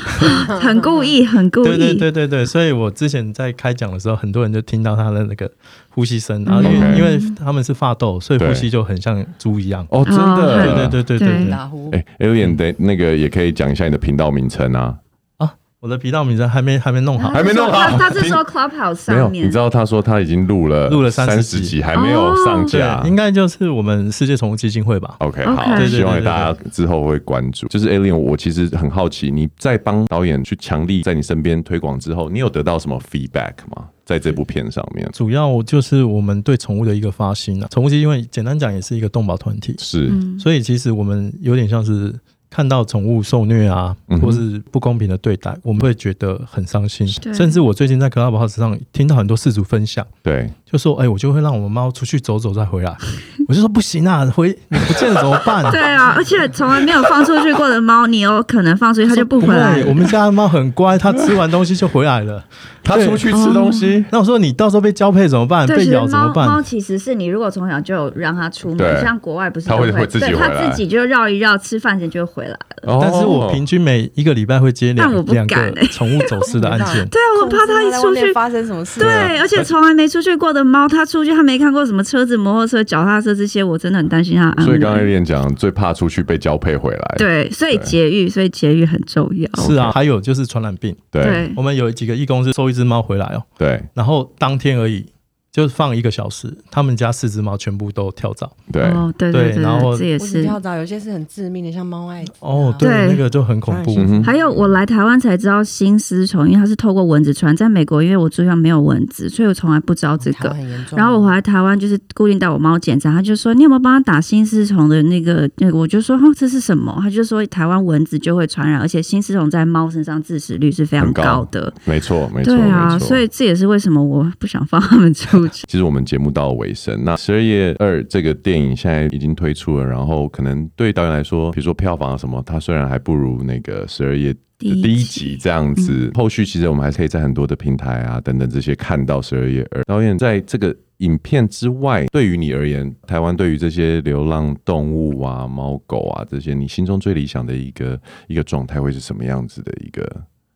B: 很故意，很故意。
C: 对对对对对，所以我之前在开讲的时候，很多人就听到它的那个呼吸声，然后因
B: 嗯
A: OK
C: 为因为他们是发抖，所以呼
A: 对
C: 吸就很像猪一样。
A: 哦，真的，
B: 哦
C: 对对对对对对。
E: 打呼。
A: 哎，Alien 的那个也可以讲一下你的频道名称啊，
C: 啊，我的频道名称还没还没弄好
A: 还。没弄好
B: 他他是
A: 听
B: 说 Clubhouse
A: 没有，
B: 上
A: 你
B: 面
A: 知，道他说他已经录了
C: 录了
A: 三
C: 30
A: 十
C: 集哦
A: 集，还没有上
C: 对啊
A: 架，。
C: 应该就是我们世界宠物基金会吧。
A: OK，
B: OK
A: 好，
B: 对对
A: 希望
C: 对对
A: 大家之后会关注。就是 Alien，我其实很好奇，你在帮导演去强力在你身边推广之后，你有得到什么 feedback 吗？在这部片上面
C: 主要就是我们对宠物的一个发心啊。宠物基金会简单讲也是一个动保团体，
A: 是
B: 嗯，
C: 所以其实我们有点像是看到宠物受虐啊
A: 嗯，哼
C: 或是不公平的对待，我们会觉得很伤心。
B: 对
C: 甚至我最近在 Clubhouse 上听到很多事主分享，
A: 对
C: 就说：“哎、我就会让我们猫出去走走再回来。” 我就说：“不行啊，回你不见了怎么办？”
B: 对啊，而且从来没有放出去过的猫，你有可能放出去它就不回来
C: 会我。们家的猫很乖，它吃完东西就回来了。
A: 他出去吃东西，
C: 那我说你到时候被交配怎么办？
F: 对，
C: 被
F: 其实
C: 咬怎么
F: 猫猫
C: 办？
F: 其实是你如果从小就有让它出
A: 对
F: 门，像国外不是
A: 它
F: 都
A: 会会自己
F: 对
A: 回
F: 它
A: 来
F: 自己就绕一绕，吃饭前就回来了。
A: 哦
C: 但是我平均每一个礼拜会接两
B: 但我不
C: 两
B: 敢。
C: 个宠物走失的案件
B: 对啊， 我怕它一出去
D: 发生什么事，啊
B: 对，
A: 啊
B: 而且从来没出去过的猫，它出去它没看过什么车子、摩托车、脚踏车这些，我真的很担心它的安
A: 所以刚才
B: 危。
A: 练讲最怕出去被交配回来，
B: 对，所以
A: 对
B: 节育，所以节育很重要。
C: 是啊，还有就是传染病，
A: 对
B: 对
C: 我们有几个义工是收一只猫回来哦，
A: 对
C: 然后当天而已，就是放一个小时，他们家四只猫全部都跳蚤。
A: 对，
B: 哦，对
C: 对
B: 对对，
C: 然
B: 对
C: 后
B: 这也
D: 我只
B: 是。
D: 跳蚤，有些是很致命的，像猫艾滋啊
C: 哦，对，
B: 对
C: 那个就很恐怖。
A: 嗯哼，
B: 还有，我来台湾才知道新丝虫，因为它是透过蚊子传。在美国，因为我住校没有蚊子，所以我从来不知道这
D: 哦台
B: 个
D: 湾。很严重。啊
B: 然后我回来台湾就是固定带我猫检查，他就说你有没有帮他打新丝虫的那个那个？我就说哈、这是什么？他就说台湾蚊子就会传染，而且新丝虫在猫身上致死率是非常
A: 很高
B: 高的。
A: 没错没错，
B: 对啊，
A: 没错
B: 所以这也是为什么我不想放他们出 去。
A: 其实我们节目到尾声，那十二月二这个电影现在已经推出了，然后可能对导演来说，比如说票房啊什么，它虽然还不如那个十二月
B: 第一
A: 第一
B: 集
A: 集这样子，后续其实我们还可以在很多的平台啊等等这些看到十二月二导演在这个。影片之外，对于你而言，台湾对于这些流浪动物啊、猫狗啊这些，你心中最理想的一个一个状态会是什么样子的一个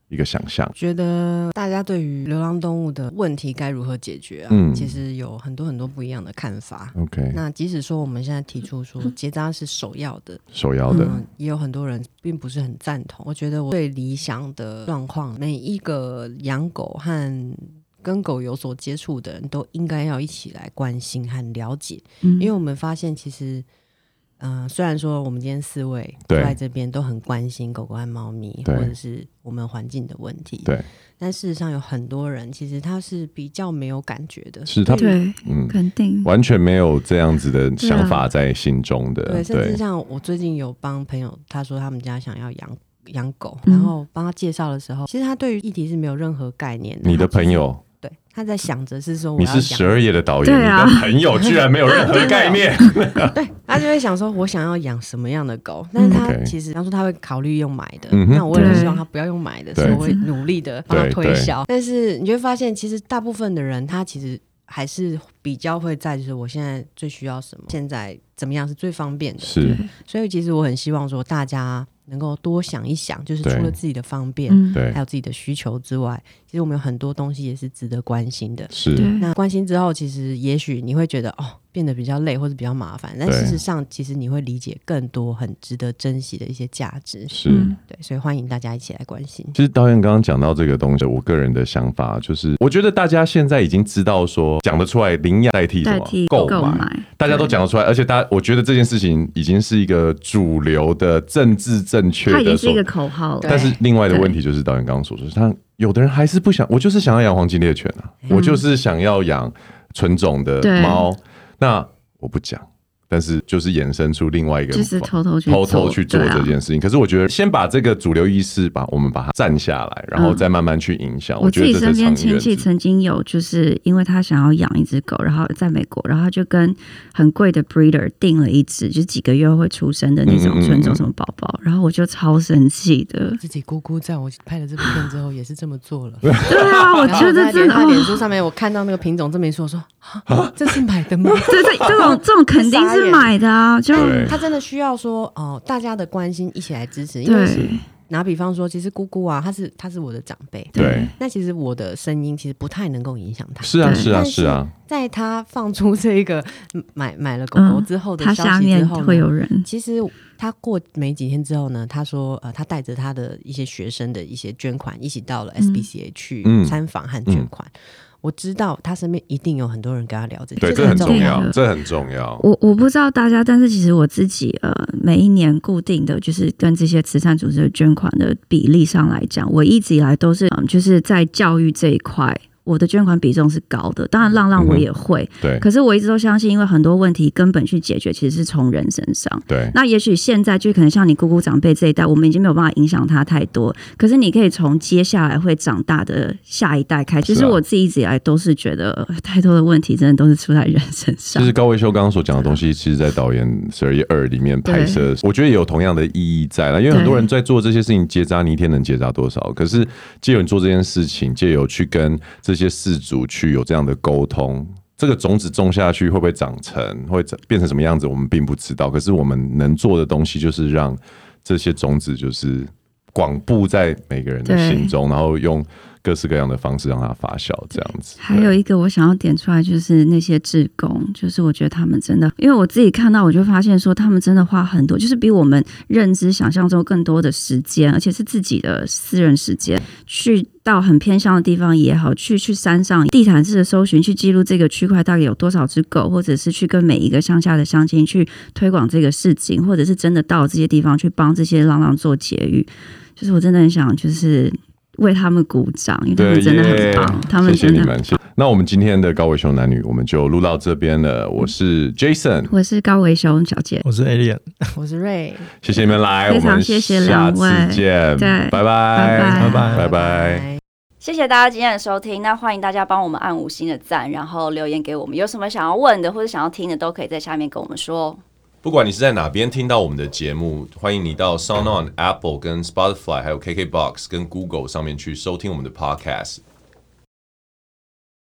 A: 一个想象？
D: 觉得大家对于流浪动物的问题该如何解决啊，
A: 嗯
D: 其实有很多很多不一样的看
E: 嗯
D: 法。
A: OK，
D: 那即使说我们现在提出说结扎是首要的，
A: 手摇的，
D: 嗯，也有很多人并不是很赞同。我觉得我最理想的状况，每一个养狗和跟狗有所接触的人都应该要一起来关心和了解，
B: 嗯
D: 因为我们发现其实。嗯、虽然说我们今天四位坐
A: 对
D: 在这边都很关心狗狗和猫咪，
A: 对
D: 或者是我们环境的问题，
A: 对，
D: 但事实上有很多人其实他是比较没有感觉的，
A: 是它，
B: 对，
A: 嗯，
B: 肯定
A: 完全没有这样子的想法在心中的，
D: 对，甚至
A: 对
D: 像我最近有帮朋友，他说他们家想要养养狗，
B: 嗯
D: 然后帮他介绍的时候，其实他对于议题是没有任何概念的。
A: 你的
D: 他只
A: 朋
D: 是
A: 友，
D: 对他在想着是说我
A: 你
D: 要
A: 是
D: 养
A: 十二页的导演，
B: 对啊
A: 你的朋友居然没有任何概念，
D: 对，啊他就会想说我想要养什么样的狗，但是他
A: OK
D: 其实当初他会考虑用买的，
A: 嗯哼
D: 那我也
B: 嗯对
D: 希望他不要用买的，
A: 对
D: 所以我会努力的帮他推销。但是你就会发现，其实大部分的人他其实还是比较会在就是我现在最需要什么，现在怎么样是最方便的，
A: 是
D: 所以其实我很希望说大家能够多想一想，就是除
A: 对
D: 了自己的方便，
B: 嗯，
A: 对
D: 还，有自己的需求之外，其实我们有很多东西也是值得关心的。
A: 是
B: 对
D: 那关心之后，其实也许你会觉得哦，变得比较累或者比较麻烦，但
A: 对
D: 事实上，其实你会理解更多很值得珍惜的一些价值。
A: 是。
B: 嗯
D: 对，所以欢迎大家一起来关心。
A: 其实导演刚刚讲到这个东西，我个人的想法就是，我觉得大家现在已经知道说讲得出来领养代替什
B: 代
A: 么
B: 替
A: 购
B: 购
A: 买，
B: 买，
A: 大家都讲得出来，而且大家我觉得这件事情已经是一个主流的政治正确
B: 它已
A: 的
B: 经是
A: 说
B: 一个口号了。
A: 但是另外的问题就是导演刚刚所说，他有的人还是不想，我就是想要养黄金猎犬啊，我就是想要养纯种的
B: 对
A: 猫，那我不讲，但是就是衍生出另外一个
B: 就是偷偷去
A: 偷偷
B: 做
A: 去做
B: 对啊
A: 这件事情。可是我觉得先把这个主流意识把我们把它占下来，然后
B: 嗯
A: 再慢慢去影响。
B: 我
A: 觉得
B: 自
A: 这
B: 己
A: 是
B: 身
A: 长
B: 边
A: 远
B: 亲戚
A: 之。
B: 曾经有，就是因为他想要养一只狗，然后在美国，然后他就跟很贵的 breeder 订了一只，就是几个月会出生的那
A: 嗯嗯
B: 种
A: 嗯
B: 纯
A: 嗯
B: 种什么宝宝，然后我就超生气的。
D: 自己姑姑在我拍了这部片之后也是这么做 了。
B: 对 啊，我
D: 然
B: 觉
D: 后在
B: 得真
D: 脸
B: 的
D: 在
B: 哦
D: 脸书上面，我看到那个品种这么一说，我说 啊，这是买的吗？
B: 这这这种这种肯定是买的啊，就
A: 对
D: 他真的需要说哦，大家的关心一起来支持，因为
B: 对
D: 拿比方说，其实姑姑啊，她是她是我的长辈，
A: 对，
D: 那其实我的声音其实不太能够影响她。
A: 是啊，
B: 对
A: 是啊，
D: 但是
A: 是啊，
D: 在她放出这一个嗯买买了狗狗
B: 嗯
D: 之后的
B: 他
D: 消
B: 下
D: 息之
B: 面
D: 后呢，
B: 会有人，
D: 其实她过没几天之后呢，她说呃，她带着她的一些学生的一些捐款一起到了 SBCA 去
A: 嗯
D: 参访和捐款。我知道她身边一定有很多人跟她聊这
A: 对，
D: 件
A: 这很重
B: 重要
A: 要，
B: 的
A: 这很重要。
B: 我我不知道大家，但是其实我自己呃，每一年固定的就是跟这些慈善组织的捐款的比例上来讲，我一直以来都是嗯，就是在教育这一块。我的捐款比重是高的。当然，浪浪
D: 嗯
B: 我也会，
A: 对
B: 可是我一直都相信，因为很多问题根本去解决其实是从人身上。
A: 对
B: 那也许现在就可能像你姑姑长辈这一代，我们已经没有办法影响他太多，可是你可以从接下来会长大的下一代开始。
A: 是啊
B: 其实我自己一直以来都是觉得，呃太多的问题真的都是出在人身上。
A: 就是高维修刚刚所讲的东西，其实，在导演《十二夜二》里面拍摄的时候，我觉得也有同样的意义在了。因为很多人在做这些事情结扎，你一天能结扎多少？可是借由你做这件事情，借由去跟这些事主去有这样的沟通，这个种子种下去会不会长成，会长变成什么样子，我们并不知道。可是我们能做的东西，就是让这些种子就是广布在每个人的
B: 对
A: 心中，然后用各式各样的方式让它发酵，这样子。
B: 还有一个我想要点出来，就是那些志工，就是我觉得他们真的，因为我自己看到，我就发现说他们真的花很多，就是比我们认知想象中更多的时间，而且是自己的呃私人时间，去到很偏乡的地方也好，去去山上地毯式的搜寻，去记录这个区块大概有多少只狗，或者是去跟每一个乡下的乡亲去推广这个事情，或者是真的到这些地方去帮这些浪浪做节育，就是我真的很想就是。为他们鼓掌，因为他
A: 对，
B: 们真的
A: 耶
B: 很棒，他们
A: 谢谢
B: 真
A: 你
B: 的很
A: 们。谢谢那我们今天的高维兄男女，我们就录到这边了。我是 Jason，
B: 我是高维雄小姐，
C: 我是 Alien。
E: 我是瑞。
A: 谢谢你们来，
B: 非常
A: 我们
B: 谢谢
A: 下
B: 两
A: 次
B: 位
A: 见，
B: 对
A: 拜拜，
B: 拜
C: 拜拜
A: 拜拜。
G: 谢谢大家今天的收听，那欢迎大家帮我们按五星的赞，然后留言给我们，有什么想要问的或者想要听的，都可以在下面跟我们说哦。
A: 不管你是在哪边听到我们的节目，欢迎你到 SoundOn、Apple、跟 Spotify、还有 KKBox、跟 Google 上面去收听我们的 Podcast。